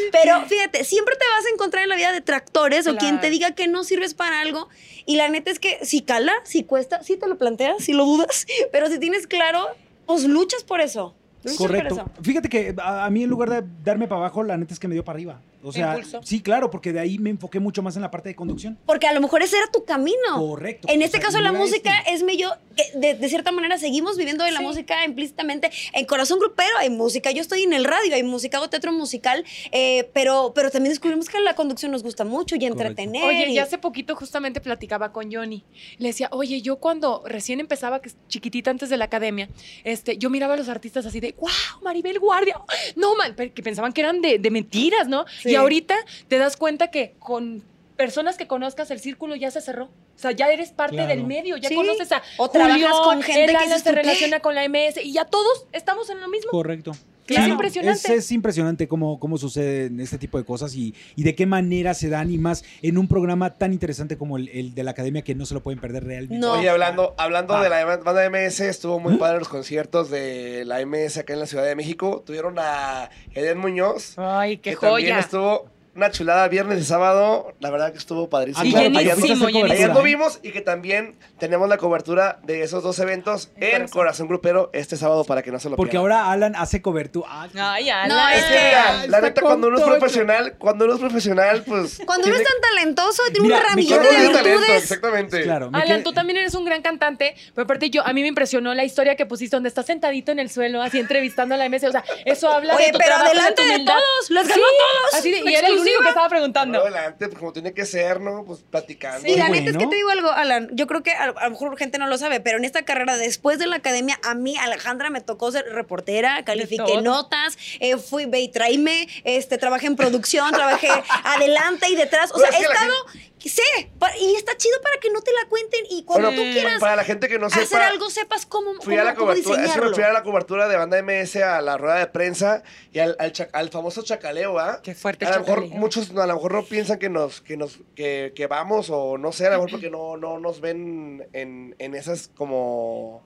Speaker 1: Pero fíjate, siempre te vas a encontrar en la vida detractores o quien
Speaker 4: Claro.
Speaker 1: te diga que no sirves para algo. Y la neta es que si cala, si cuesta, si te lo planteas, si lo dudas, pero si tienes claro, pues luchas por eso. Luchas por
Speaker 3: Correcto.
Speaker 1: eso.
Speaker 3: Fíjate que a, a mí en lugar de darme para abajo, la neta es que me dio para arriba. O sea,
Speaker 4: Impulso.
Speaker 3: sí, claro, porque de ahí me enfoqué mucho más en la parte de conducción.
Speaker 1: Porque a lo mejor ese era tu camino.
Speaker 3: Correcto.
Speaker 1: En
Speaker 3: O
Speaker 1: este
Speaker 3: sea,
Speaker 1: caso, la
Speaker 3: mira
Speaker 1: música
Speaker 3: este.
Speaker 1: es medio, que de, de cierta manera, seguimos viviendo de la
Speaker 4: Sí.
Speaker 1: música implícitamente. En Corazón Grupero hay música, yo estoy en el radio, hay música, hago teatro musical, eh, pero, pero también descubrimos que la conducción nos gusta mucho y entretener.
Speaker 4: Oye,
Speaker 1: y-
Speaker 4: y hace poquito justamente platicaba con Johnny. Le decía, oye, yo cuando recién empezaba, que es chiquitita antes de la academia, este, yo miraba a los artistas así de, wow, Maribel Guardia. No, man, pero que pensaban que eran de, de mentiras, ¿no?
Speaker 1: Sí.
Speaker 4: Y ahorita te das cuenta que con personas que conozcas el círculo ya se cerró. O sea, ya eres parte
Speaker 3: Claro.
Speaker 4: del medio, ya
Speaker 1: Sí.
Speaker 4: conoces a
Speaker 1: O trabajas
Speaker 4: Julián,
Speaker 1: con gente
Speaker 4: él
Speaker 1: que
Speaker 4: Alan
Speaker 1: dices
Speaker 4: se
Speaker 1: tú, ¿qué?
Speaker 4: relaciona con la MS y ya todos estamos en lo mismo.
Speaker 3: Correcto.
Speaker 4: Claro.
Speaker 3: Sí,
Speaker 4: Es impresionante.
Speaker 3: Es, es impresionante cómo, cómo suceden este tipo de cosas y, y de qué manera se dan y más en un programa tan interesante como el, el de la academia que no se lo pueden perder realmente.
Speaker 1: No.
Speaker 2: Oye, hablando, hablando
Speaker 3: Va.
Speaker 2: de la banda MS, estuvo muy padre los conciertos de la MS acá en la Ciudad de México. Tuvieron a Eden Muñoz.
Speaker 4: Ay, Ah, qué
Speaker 2: que también
Speaker 4: joya.
Speaker 2: estuvo una chulada viernes y sábado. La verdad que estuvo padrísimo.
Speaker 4: Y
Speaker 3: Ah, claro,
Speaker 2: Ahí ando-
Speaker 3: fuiste a
Speaker 4: llenísimo,
Speaker 3: hacer cobertura.
Speaker 2: ahí
Speaker 4: llenísimo.
Speaker 2: ando vimos y que también tenemos la cobertura de esos dos eventos en Corazón,
Speaker 4: Corazón.
Speaker 2: Grupero este sábado para que no se lo
Speaker 3: Porque
Speaker 2: pierdan.
Speaker 3: ahora Alan hace cobertura. Ah,
Speaker 4: Ay, Alan.
Speaker 1: No, es
Speaker 2: Es que, mira, la
Speaker 3: está
Speaker 2: neta,
Speaker 3: con
Speaker 2: cuando uno es
Speaker 3: todo.
Speaker 2: profesional, cuando uno es profesional, pues.
Speaker 1: Cuando uno es
Speaker 2: tiene-
Speaker 1: tan talentoso, tiene
Speaker 3: Mira,
Speaker 1: un
Speaker 3: me
Speaker 1: ramillete
Speaker 3: quedo
Speaker 2: cuando
Speaker 1: de
Speaker 2: uno
Speaker 3: con
Speaker 2: es talento,
Speaker 1: virtudes.
Speaker 2: exactamente.
Speaker 3: Claro. me
Speaker 4: Alan,
Speaker 3: quedé-
Speaker 4: tú también eres un gran cantante, pero aparte yo, a mí me impresionó la historia que pusiste donde estás sentadito en el suelo, así entrevistando a la MS, o sea, eso habla
Speaker 1: Oye,
Speaker 4: de tu
Speaker 1: pero
Speaker 4: trabajo, de
Speaker 1: adelante
Speaker 4: tu
Speaker 1: de
Speaker 4: humildad.
Speaker 1: todos, los ganó
Speaker 4: Sí,
Speaker 1: todos,
Speaker 4: así de-
Speaker 1: la
Speaker 4: y era el único
Speaker 1: exclusiva.
Speaker 4: que estaba
Speaker 2: Bueno,
Speaker 4: preguntando.
Speaker 2: adelante, pues como tiene que ser, ¿no? Pues platicando.
Speaker 1: Y la
Speaker 3: Qué
Speaker 1: neta es que
Speaker 3: bueno.
Speaker 1: te digo algo, Alan. Yo creo que a, a lo mejor gente no lo sabe, pero en esta carrera, después de la academia, a mí, Alejandra, me tocó ser reportera, califiqué
Speaker 4: todo.
Speaker 1: notas, eh, fui, ve y tráeme, este, trabajé en producción, trabajé adelante y detrás. O sea,
Speaker 2: Pero
Speaker 1: he
Speaker 2: Pues es que la
Speaker 1: estado, sé, pa- y está chido para que no te la cuenten y cuando
Speaker 2: Bueno,
Speaker 1: tú quieras
Speaker 2: Para la gente que no sepa.
Speaker 1: hacer algo, sepas cómo,
Speaker 2: Fui
Speaker 1: cómo-
Speaker 2: a la
Speaker 1: cómo
Speaker 2: cobertura, eso me
Speaker 1: diseñarlo.
Speaker 2: fui a la cobertura de banda MS a la rueda de prensa y al, al cha- al famoso chacaleo, ¿ah?
Speaker 4: Qué fuerte
Speaker 2: A lo mejor
Speaker 4: chacaleo.
Speaker 2: muchos no- a lo mejor no piensan que nos que nos que, que vamos o no sé, a lo mejor porque no no nos ven en, en esas como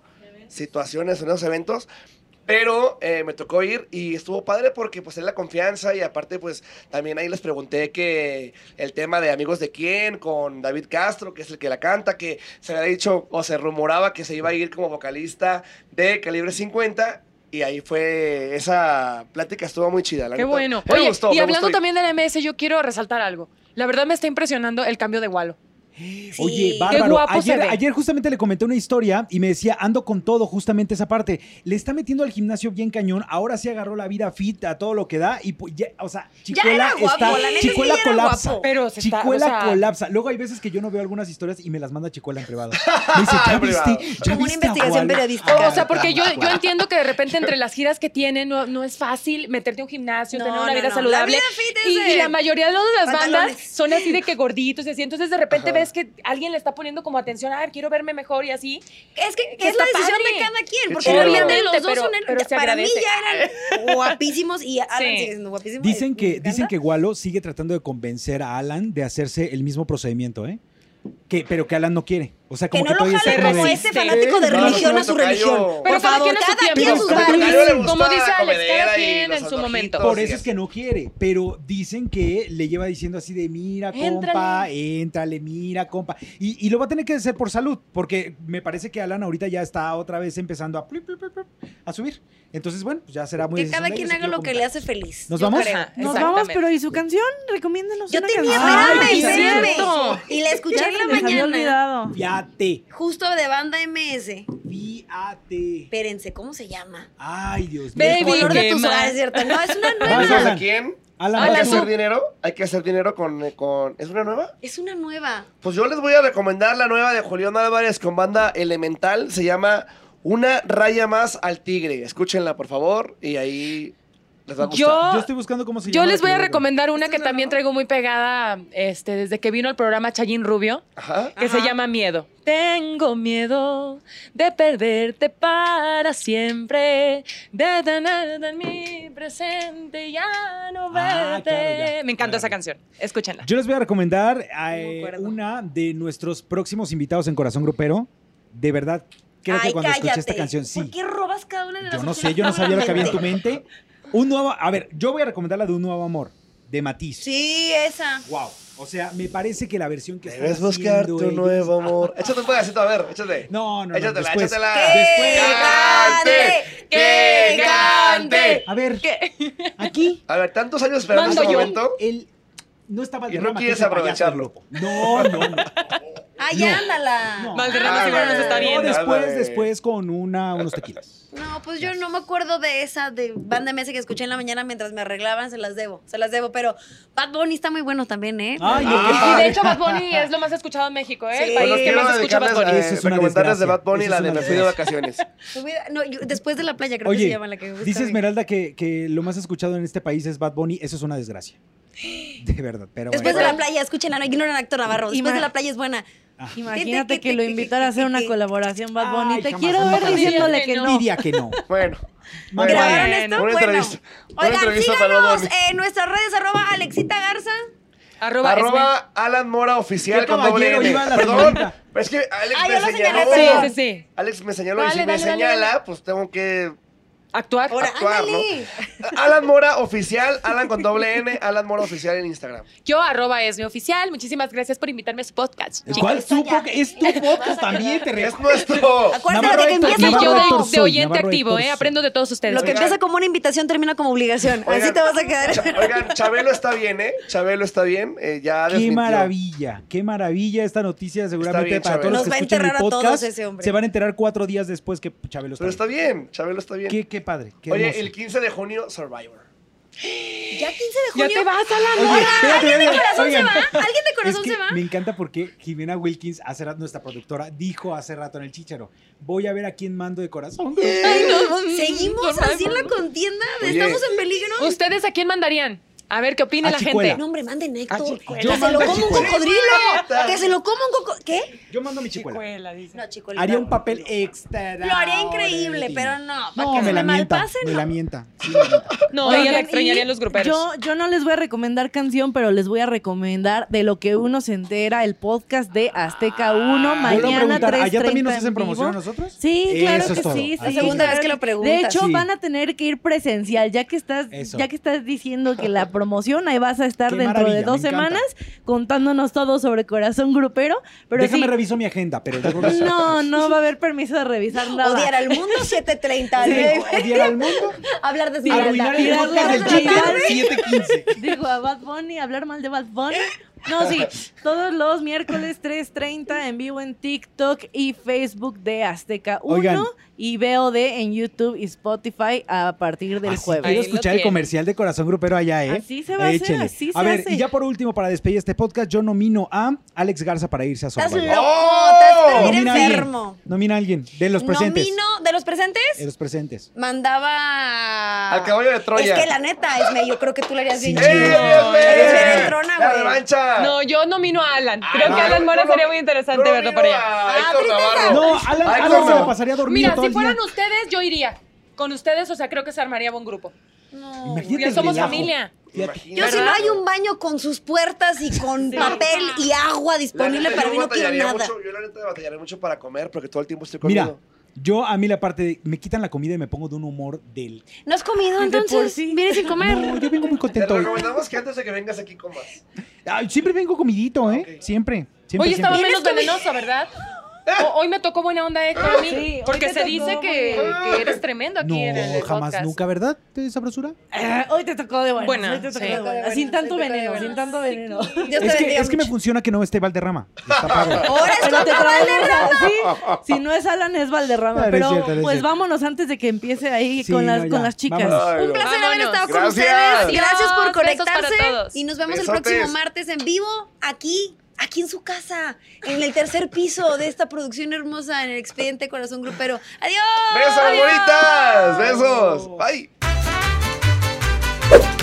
Speaker 2: situaciones, en esos eventos. Pero eh, me tocó ir y estuvo padre porque pues es la confianza y aparte pues también ahí les pregunté que el tema de Amigos de Quién con David Castro, que es el que la canta, que se había dicho o se rumoraba que se iba a ir como vocalista de Calibre 50 y ahí fue esa plática estuvo muy chida. La
Speaker 4: Qué
Speaker 2: neta.
Speaker 4: bueno.
Speaker 2: Me
Speaker 4: Oye,
Speaker 2: gustó,
Speaker 4: y
Speaker 2: me
Speaker 4: hablando
Speaker 2: gustó.
Speaker 4: también de la MS, yo quiero resaltar algo. La verdad me está impresionando el cambio de Walo.
Speaker 3: Oye,
Speaker 1: Sí.
Speaker 3: bárbaro.
Speaker 4: Qué guapo se
Speaker 3: ayer,
Speaker 4: ve.
Speaker 3: ayer justamente le comenté una historia y me decía, ando con todo, justamente esa parte. Le está metiendo al gimnasio bien cañón, ahora sí agarró la vida fit a todo lo que da y pues, ya, o sea, Chicuela
Speaker 1: era guapo,
Speaker 3: está,
Speaker 1: la neta sí
Speaker 3: Chicuela
Speaker 1: era
Speaker 3: colapsa.
Speaker 1: guapo.
Speaker 4: Pero se está,
Speaker 3: Chicuela
Speaker 4: o sea,
Speaker 3: colapsa. Luego hay veces que yo no veo algunas historias y me las manda Chicuela en privado. Me dice, ¿ya
Speaker 2: En privado.
Speaker 3: viste? ¿Ya
Speaker 1: Como una
Speaker 3: viste a Ah,
Speaker 1: investigación
Speaker 3: Juana?"
Speaker 1: periodística.
Speaker 4: O sea, porque yo, yo entiendo que de repente entre las giras que tienen no, no es fácil meterte a un gimnasio,
Speaker 1: No,
Speaker 4: tener una
Speaker 1: no,
Speaker 4: vida
Speaker 1: no.
Speaker 4: saludable.
Speaker 1: La vida fit es
Speaker 4: y,
Speaker 1: de
Speaker 4: y la mayoría de las
Speaker 1: pantalones.
Speaker 4: bandas son así de que gorditos y así. Entonces de repente
Speaker 2: Ajá.
Speaker 4: ves que alguien le está poniendo como atención, a ver, quiero verme mejor y así.
Speaker 1: Es que,
Speaker 4: que
Speaker 1: es la
Speaker 4: está
Speaker 1: decisión
Speaker 4: padre.
Speaker 1: de cada quien,
Speaker 2: Qué
Speaker 1: porque
Speaker 2: chido.
Speaker 1: obviamente los
Speaker 4: Obviamente,
Speaker 1: dos
Speaker 4: pero-
Speaker 1: son en-
Speaker 4: pero se
Speaker 1: para mí
Speaker 4: agradece.
Speaker 1: ya eran guapísimos y Alan
Speaker 4: Sí.
Speaker 1: sigue siendo guapísimo.
Speaker 3: Dicen
Speaker 1: Me
Speaker 3: que,
Speaker 1: encanta.
Speaker 3: dicen que Wallo sigue tratando de convencer a Alan de hacerse el mismo procedimiento, ¿eh? Que, pero que Alan no quiere. O sea,
Speaker 1: Que
Speaker 3: como
Speaker 1: no lo
Speaker 3: todavía está
Speaker 1: jalen
Speaker 3: como
Speaker 1: como
Speaker 3: de-
Speaker 1: ese fanático de
Speaker 2: No, no,
Speaker 1: religión
Speaker 2: no,
Speaker 1: a su
Speaker 2: tocayo.
Speaker 1: religión.
Speaker 4: Pero
Speaker 1: Por
Speaker 4: cada
Speaker 1: favor,
Speaker 4: quien a su
Speaker 1: cada quien
Speaker 4: tiempo.
Speaker 1: sus
Speaker 2: Pero
Speaker 4: Barbies.
Speaker 2: Tocayo le
Speaker 1: barrios.
Speaker 2: gusta
Speaker 4: Como dice
Speaker 2: la
Speaker 4: Alex,
Speaker 2: comedera
Speaker 4: cada
Speaker 2: y
Speaker 4: quien
Speaker 2: los
Speaker 4: en su
Speaker 2: antojitos
Speaker 4: momento.
Speaker 2: y
Speaker 4: Todos
Speaker 3: Por eso es que no quiere, pero dicen que le lleva diciendo así de mira, compa, éntrale, mira, compa. Y, y lo va a tener que hacer por salud, porque me parece que Alan ahorita ya está otra vez empezando a, plup, plup, plup, plup, a subir. Entonces, bueno, pues ya será muy
Speaker 1: Que cada
Speaker 3: decisión de
Speaker 1: quien
Speaker 3: ellos,
Speaker 1: haga
Speaker 3: yo
Speaker 1: lo que
Speaker 3: quiero
Speaker 1: le hace feliz.
Speaker 3: ¿Nos
Speaker 1: yo
Speaker 3: vamos?
Speaker 1: creo.
Speaker 4: Ajá.
Speaker 5: Nos vamos,
Speaker 4: Exactamente.
Speaker 5: pero ¿y su canción? Recomiéndenos
Speaker 1: Yo
Speaker 5: una
Speaker 1: tenía,
Speaker 5: canción.
Speaker 3: Ay,
Speaker 1: espérame,
Speaker 3: es
Speaker 1: espérame.
Speaker 4: cierto.
Speaker 1: Y la escuché
Speaker 5: Ya
Speaker 1: en
Speaker 5: se
Speaker 1: la
Speaker 5: les había
Speaker 1: mañana,
Speaker 5: olvidado.
Speaker 3: comprar. Fíjate,
Speaker 1: justo de banda MS.
Speaker 3: fíjate.
Speaker 1: Espérense, ¿cómo se llama?
Speaker 3: Ay, Dios mío.
Speaker 1: El
Speaker 4: Baby,
Speaker 1: color de
Speaker 4: quema.
Speaker 1: tus ojos, es cierto. No, es una
Speaker 3: Vas,
Speaker 1: nueva.
Speaker 3: vas.
Speaker 2: ¿Sabes
Speaker 3: Alan.
Speaker 2: a quién?
Speaker 3: Alan,
Speaker 2: Hay que
Speaker 4: Alan,
Speaker 3: Vázquez.
Speaker 2: hacer dinero. Hay que hacer dinero con, eh, con. ¿Es una nueva?
Speaker 1: Es una nueva.
Speaker 2: Pues yo les voy a recomendar la nueva de Julián Álvarez con banda Elemental. Se llama Una raya más al tigre. Escúchenla, por favor, y ahí les va a gustar.
Speaker 4: Yo,
Speaker 3: Yo estoy buscando cómo se
Speaker 4: yo
Speaker 3: llama
Speaker 4: les
Speaker 3: la
Speaker 4: voy a
Speaker 3: que-
Speaker 4: recomendar una que también traigo muy pegada este, desde que vino al programa Chayín Rubio.
Speaker 2: Ajá.
Speaker 4: que se
Speaker 1: Ajá.
Speaker 4: llama Miedo. Tengo miedo de perderte para siempre, de tenerte en mi presente y ya no verte.
Speaker 3: Ah, claro, ya.
Speaker 4: Me encanta
Speaker 3: Claro.
Speaker 4: esa canción. Escúchenla.
Speaker 3: Yo les voy a recomendar eh,
Speaker 1: me acuerdo.
Speaker 3: una de nuestros próximos invitados en Corazón Grupero. De verdad, creo
Speaker 1: Ay,
Speaker 3: que cuando escuché esta
Speaker 1: cállate.
Speaker 3: canción, sí.
Speaker 1: ¿Por qué robas cada una de las
Speaker 3: Yo no sé,
Speaker 1: opciones
Speaker 3: yo no
Speaker 1: para
Speaker 3: sabía lo que había en
Speaker 1: mente?
Speaker 3: tu mente. Un nuevo, a ver, yo voy a recomendar la de un nuevo amor, de Matiz.
Speaker 1: Sí, esa.
Speaker 3: Wow. O sea, me parece que la versión que
Speaker 2: Debes
Speaker 3: están
Speaker 2: buscar
Speaker 3: haciendo
Speaker 2: tu
Speaker 3: ellos-
Speaker 2: nuevo amor. Échate un pedacito, a ver, échate.
Speaker 3: No, no, no.
Speaker 2: échatela,
Speaker 3: después.
Speaker 2: échatela.
Speaker 3: Después.
Speaker 1: ¡Que cante!
Speaker 2: ¡Que cante!
Speaker 1: Ah, ¡Que cante!
Speaker 3: A ver, aquí
Speaker 2: A ver, tantos años esperando
Speaker 4: Mando
Speaker 2: este
Speaker 4: yo.
Speaker 2: momento.
Speaker 3: el no estaba el
Speaker 2: Y no
Speaker 3: drama, que
Speaker 2: quieres
Speaker 3: es el payaso del
Speaker 2: aprovecharlo.
Speaker 3: grupo. No, no, no.
Speaker 1: Ay,
Speaker 3: No.
Speaker 1: ándala.
Speaker 3: No.
Speaker 4: Valderrama
Speaker 1: Ah.
Speaker 4: seguro nos está
Speaker 3: No,
Speaker 4: viendo.
Speaker 3: después, después con una, unos tequilas.
Speaker 1: No, pues yo no me acuerdo de esa de banda MS que escuché en la mañana mientras me arreglaban, se las debo, se las debo, pero Bad Bunny está muy bueno también, ¿eh?
Speaker 3: Ay,
Speaker 4: Y
Speaker 2: Ah.
Speaker 4: de hecho, Bad Bunny es lo más escuchado en México, ¿eh?
Speaker 1: Sí.
Speaker 4: El país
Speaker 2: Bueno,
Speaker 1: Pues
Speaker 4: que
Speaker 2: quiero
Speaker 4: más escucha Bad
Speaker 2: dedicarles, eh,
Speaker 4: Bunny.
Speaker 3: Eso es una
Speaker 2: recomendarles de
Speaker 3: desgracia.
Speaker 2: Bad Bunny
Speaker 3: Eso
Speaker 2: la
Speaker 3: es
Speaker 2: de
Speaker 3: una
Speaker 2: Me fui de vacaciones.
Speaker 1: Tu vida- no, yo- después de la playa creo que se
Speaker 3: Oye,
Speaker 1: llama la que me gusta.
Speaker 3: dice
Speaker 1: a mí.
Speaker 3: Esmeralda que, que lo más escuchado en este país es Bad Bunny. Eso es una desgracia. De verdad, pero
Speaker 1: Después de
Speaker 3: bueno.
Speaker 1: la playa, escúchenla, no ignoran a Héctor Navarro. Después
Speaker 5: Ima-
Speaker 1: de la playa es buena.
Speaker 3: Ah.
Speaker 5: Imagínate que lo invitara a hacer una colaboración Bad Bunny.
Speaker 3: Ay,
Speaker 5: Te
Speaker 3: jamás,
Speaker 5: quiero ver
Speaker 3: jamás.
Speaker 5: diciéndole que no.
Speaker 3: Diría que no.
Speaker 2: Bueno,
Speaker 3: Bueno,
Speaker 1: ¿Grabaron esto?
Speaker 2: Buena
Speaker 1: bueno.
Speaker 2: entrevista. Buena
Speaker 1: Oigan,
Speaker 2: entrevista para Bad
Speaker 1: síganos
Speaker 2: Bunny.
Speaker 1: en nuestras redes, arroba Alexita Garza.
Speaker 4: Arroba, Esme.
Speaker 2: Arroba Alan Mora oficial
Speaker 3: ¿Qué
Speaker 2: con doble
Speaker 3: caballero
Speaker 2: N.
Speaker 3: iba la
Speaker 2: Perdón,
Speaker 3: señorita?
Speaker 2: pero es que Alex
Speaker 1: Ah,
Speaker 2: me
Speaker 1: yo lo
Speaker 2: señaló.
Speaker 1: señalé,
Speaker 4: Sí, sí, sí.
Speaker 2: Alex me señaló y
Speaker 4: Dale,
Speaker 2: si me
Speaker 4: dale, dale,
Speaker 2: señala,
Speaker 4: dale.
Speaker 2: pues tengo que
Speaker 4: Actuar.
Speaker 1: Ahora,
Speaker 2: actuar, ¿no?
Speaker 1: ándale.
Speaker 2: Alan Mora oficial, Alan con doble N, Alan Mora oficial en Instagram.
Speaker 4: Yo, arroba Esme Oficial. Muchísimas gracias por invitarme a su podcast.
Speaker 3: ¿Cuál?
Speaker 4: chicos.
Speaker 3: Supo que es tu podcast también, te re-
Speaker 2: Es nuestro.
Speaker 1: Acuérdate de
Speaker 3: Navarro
Speaker 1: que
Speaker 3: Héctor,
Speaker 1: empieza
Speaker 3: Navarro
Speaker 4: Y yo
Speaker 1: como...
Speaker 3: Héctor
Speaker 4: de, de
Speaker 3: soy,
Speaker 4: oyente
Speaker 3: Navarro
Speaker 4: activo,
Speaker 3: Héctor
Speaker 4: ¿eh?
Speaker 3: soy.
Speaker 4: Aprendo de todos ustedes.
Speaker 1: Lo que
Speaker 2: Oigan.
Speaker 1: empieza como una invitación termina como obligación.
Speaker 2: Oigan.
Speaker 1: Así te vas a quedar.
Speaker 2: Cha- Oigan, Chabelo está bien, ¿eh? Chabelo está bien. eh, ya
Speaker 3: Qué
Speaker 2: desmintió.
Speaker 3: maravilla, qué maravilla esta noticia. Seguramente
Speaker 2: bien,
Speaker 3: para todos
Speaker 2: Chabelo.
Speaker 1: Nos
Speaker 3: los que
Speaker 1: va a
Speaker 3: escuchan el
Speaker 1: enterrar a todos
Speaker 3: podcast
Speaker 1: ese hombre.
Speaker 3: se van a enterar cuatro días después que Chabelo está.
Speaker 2: Pero está
Speaker 3: bien.
Speaker 2: bien, Chabelo está bien.
Speaker 3: Qué, qué padre, qué
Speaker 2: Oye,
Speaker 3: hermoso.
Speaker 2: el 15 de junio, Survivor.
Speaker 1: Ya 15 de
Speaker 4: Ya
Speaker 1: junio.
Speaker 4: te vas a la
Speaker 3: Oye, espérate, espérate, oigan.
Speaker 1: ¿Alguien de
Speaker 3: Es
Speaker 1: este corazón
Speaker 3: que
Speaker 1: se va?
Speaker 3: Me encanta porque Jimena Wilkins, hace rato, nuestra productora, dijo hace rato en el chicharo, voy a ver a quién mando de corazón.
Speaker 1: Seguimos así en la contienda.
Speaker 2: Oye.
Speaker 1: Estamos en peligro.
Speaker 4: ¿Ustedes a quién mandarían? A ver qué opina
Speaker 3: A
Speaker 4: la
Speaker 1: No,
Speaker 3: Chicuela.
Speaker 4: gente.
Speaker 1: hombre, manden Héctor.
Speaker 3: chico, yo
Speaker 1: que se
Speaker 3: mando
Speaker 1: lo
Speaker 3: a
Speaker 1: coma un
Speaker 3: Chicuela.
Speaker 1: cocodrilo. Que se lo coma un cocodrilo. ¿Qué?
Speaker 3: Yo mando a mi chicuela.
Speaker 1: No, chico.
Speaker 3: Haría un papel extra.
Speaker 1: Lo haría increíble, pero no. Para
Speaker 3: No,
Speaker 1: que
Speaker 3: me
Speaker 1: se
Speaker 3: la
Speaker 1: me
Speaker 3: mienta,
Speaker 1: malpase,
Speaker 3: me
Speaker 1: no.
Speaker 3: la mienta. sí, me la mienta.
Speaker 4: No,
Speaker 5: Oigan,
Speaker 4: ella la
Speaker 5: y
Speaker 4: extrañarían los gruperos.
Speaker 5: Yo, yo no les voy a recomendar canción, pero les voy a recomendar de lo que uno se entera el podcast de Azteca 1
Speaker 3: Vuelvo a
Speaker 5: mañana
Speaker 3: preguntar,
Speaker 5: 3:30
Speaker 3: ¿allá también nos hacen
Speaker 5: en vivo.
Speaker 3: promoción a nosotros?
Speaker 5: Sí, claro
Speaker 3: Eso es
Speaker 5: que
Speaker 3: todo.
Speaker 5: sí, sí,
Speaker 3: La
Speaker 5: sí,
Speaker 1: segunda vez
Speaker 5: claro
Speaker 1: que lo preguntas.
Speaker 5: De hecho,
Speaker 3: Sí.
Speaker 5: van a tener que ir presencial, ya que estás,
Speaker 3: Eso.
Speaker 5: ya que estás diciendo que la promoción ahí vas a estar
Speaker 3: Qué
Speaker 5: dentro de
Speaker 3: maravilla,
Speaker 5: dos
Speaker 3: me encanta.
Speaker 5: semanas contándonos todo sobre Corazón Grupero. Pero
Speaker 3: Déjame
Speaker 5: sí,
Speaker 3: reviso mi agenda, pero yo creo que-
Speaker 5: no, no va a haber permiso de revisar nada.
Speaker 1: Odiar al mundo 730.
Speaker 3: Sí,
Speaker 1: ¿eh?
Speaker 3: odiar al mundo,
Speaker 1: Hablar de
Speaker 3: arruinar el
Speaker 5: Tirarle
Speaker 3: podcast
Speaker 5: a
Speaker 3: del
Speaker 5: la
Speaker 3: chico
Speaker 5: tarde.
Speaker 3: 715.
Speaker 5: Digo, a Bad Bunny, hablar mal de Bad Bunny. No, sí, todos los miércoles 3.30 en vivo en TikTok y Facebook de Azteca 1
Speaker 3: Oigan.
Speaker 5: y VOD en YouTube y Spotify a partir del
Speaker 3: Así
Speaker 5: jueves.
Speaker 3: Quiero
Speaker 4: Ahí lo
Speaker 3: escuchar el
Speaker 4: tiene.
Speaker 3: comercial de Corazón Grupero allá, ¿eh?
Speaker 5: Así se va a hacer,
Speaker 3: Échele.
Speaker 5: así
Speaker 3: A
Speaker 5: se
Speaker 3: ver,
Speaker 5: hace.
Speaker 3: y ya por último, para despedir este podcast, yo nomino a Alex Garza para irse a
Speaker 1: Estás
Speaker 3: Survivor.
Speaker 1: loco, estás bien
Speaker 3: Nomina a alguien.
Speaker 1: enfermo.
Speaker 3: Nomina a alguien de ¡Oh! los presentes.
Speaker 1: Nomino de los presentes.
Speaker 3: De los presentes.
Speaker 1: Mandaba.
Speaker 2: Al caballo de Troya.
Speaker 1: Es que la neta, Esme, yo creo que tú le harías bien
Speaker 3: Sí.
Speaker 2: ¡Eh,
Speaker 1: chido.
Speaker 3: No,
Speaker 1: Eres bien
Speaker 2: bien,
Speaker 1: entrona,
Speaker 2: ¡La
Speaker 1: güey.
Speaker 2: revancha!
Speaker 4: No, yo nomino a Alan. Creo
Speaker 2: Ay,
Speaker 4: que Alan
Speaker 2: Ah, no,
Speaker 4: Mora
Speaker 2: no,
Speaker 4: sería
Speaker 2: no,
Speaker 4: muy interesante
Speaker 2: no
Speaker 4: verlo
Speaker 2: vino
Speaker 4: por allá.
Speaker 2: a
Speaker 1: Ah,
Speaker 2: Héctor
Speaker 1: tristeza.
Speaker 2: Navarro.
Speaker 3: No, Alan,
Speaker 2: Ay,
Speaker 3: Alan se
Speaker 2: no.
Speaker 3: la pasaría dormido
Speaker 4: Mira,
Speaker 3: todo
Speaker 4: si
Speaker 3: el
Speaker 4: fueran
Speaker 3: día.
Speaker 4: ustedes, yo iría. Con ustedes, o sea, creo que se armaría buen grupo.
Speaker 1: No,
Speaker 3: Imagínate
Speaker 4: Ya
Speaker 3: el
Speaker 4: somos
Speaker 3: relajo.
Speaker 4: familia.
Speaker 2: Imagínate.
Speaker 1: Yo si no
Speaker 4: ¿Verdad?
Speaker 1: hay un baño con sus puertas y con
Speaker 5: Sí.
Speaker 1: papel y agua
Speaker 2: La
Speaker 1: disponible
Speaker 2: neta,
Speaker 1: para
Speaker 2: yo
Speaker 1: mí, no quiero
Speaker 2: batallaría
Speaker 1: nada.
Speaker 2: mucho- yo la neta batallaré mucho para comer porque todo el tiempo estoy comiendo.
Speaker 3: Mira, yo a mí la parte de, me quitan la comida y me pongo de un humor del...
Speaker 1: ¿No has comido
Speaker 5: De por
Speaker 1: entonces?
Speaker 5: sí.
Speaker 1: Vienes sin comer.
Speaker 3: No, yo vengo muy
Speaker 2: Te
Speaker 3: contento. hoy.
Speaker 2: recomendamos que antes de que vengas aquí comas.
Speaker 3: Ay, siempre vengo comidito, ¿eh?
Speaker 2: Ok.
Speaker 3: Siempre. siempre,
Speaker 4: Hoy estaba
Speaker 3: siempre.
Speaker 4: menos venenosa, ¿verdad? O- hoy me tocó buena onda, Héctor, a mí.
Speaker 5: Sí, hoy
Speaker 4: porque
Speaker 5: te
Speaker 4: se
Speaker 5: tocó
Speaker 4: dice
Speaker 5: muy
Speaker 4: que,
Speaker 5: bien.
Speaker 4: que eres tremendo aquí en el
Speaker 3: No, jamás,
Speaker 4: podcast.
Speaker 3: nunca, ¿verdad? ¿Te sabrosura?
Speaker 5: Ah, hoy te tocó de buenas.
Speaker 4: Buena,
Speaker 5: hoy te tocó
Speaker 4: sí.
Speaker 5: de buenas. Sin tanto veneno, sin tanto veneno.
Speaker 1: Dios te
Speaker 3: Es que,
Speaker 1: bendiga
Speaker 3: es que me
Speaker 1: mucho.
Speaker 3: funciona que no esté Valderrama. Está pago.
Speaker 1: Ahora es
Speaker 5: Pero te
Speaker 1: cuando
Speaker 5: traemos a- sí, si no es Alan, es
Speaker 3: No,
Speaker 5: Valderrama.
Speaker 3: no es
Speaker 5: Pero
Speaker 3: cierto, no es
Speaker 5: pues
Speaker 3: cierto.
Speaker 5: vámonos antes de que empiece ahí
Speaker 3: Sí,
Speaker 5: con, las,
Speaker 3: no, ya.
Speaker 5: con las chicas.
Speaker 3: Vámonos.
Speaker 2: Ay,
Speaker 1: Un
Speaker 2: no.
Speaker 1: placer haber
Speaker 4: Vámonos.
Speaker 1: estado con
Speaker 2: Gracias.
Speaker 1: ustedes. Gracias por
Speaker 4: Gracias, besos para
Speaker 1: conectarse.
Speaker 4: todos.
Speaker 1: Y nos vemos el
Speaker 2: Besotes.
Speaker 1: próximo martes en vivo, aquí, aquí en su casa, en el tercer piso de esta producción hermosa en el expediente Corazón Grupero. ¡Adiós!
Speaker 2: Besos, bonitas. Besos. Bye.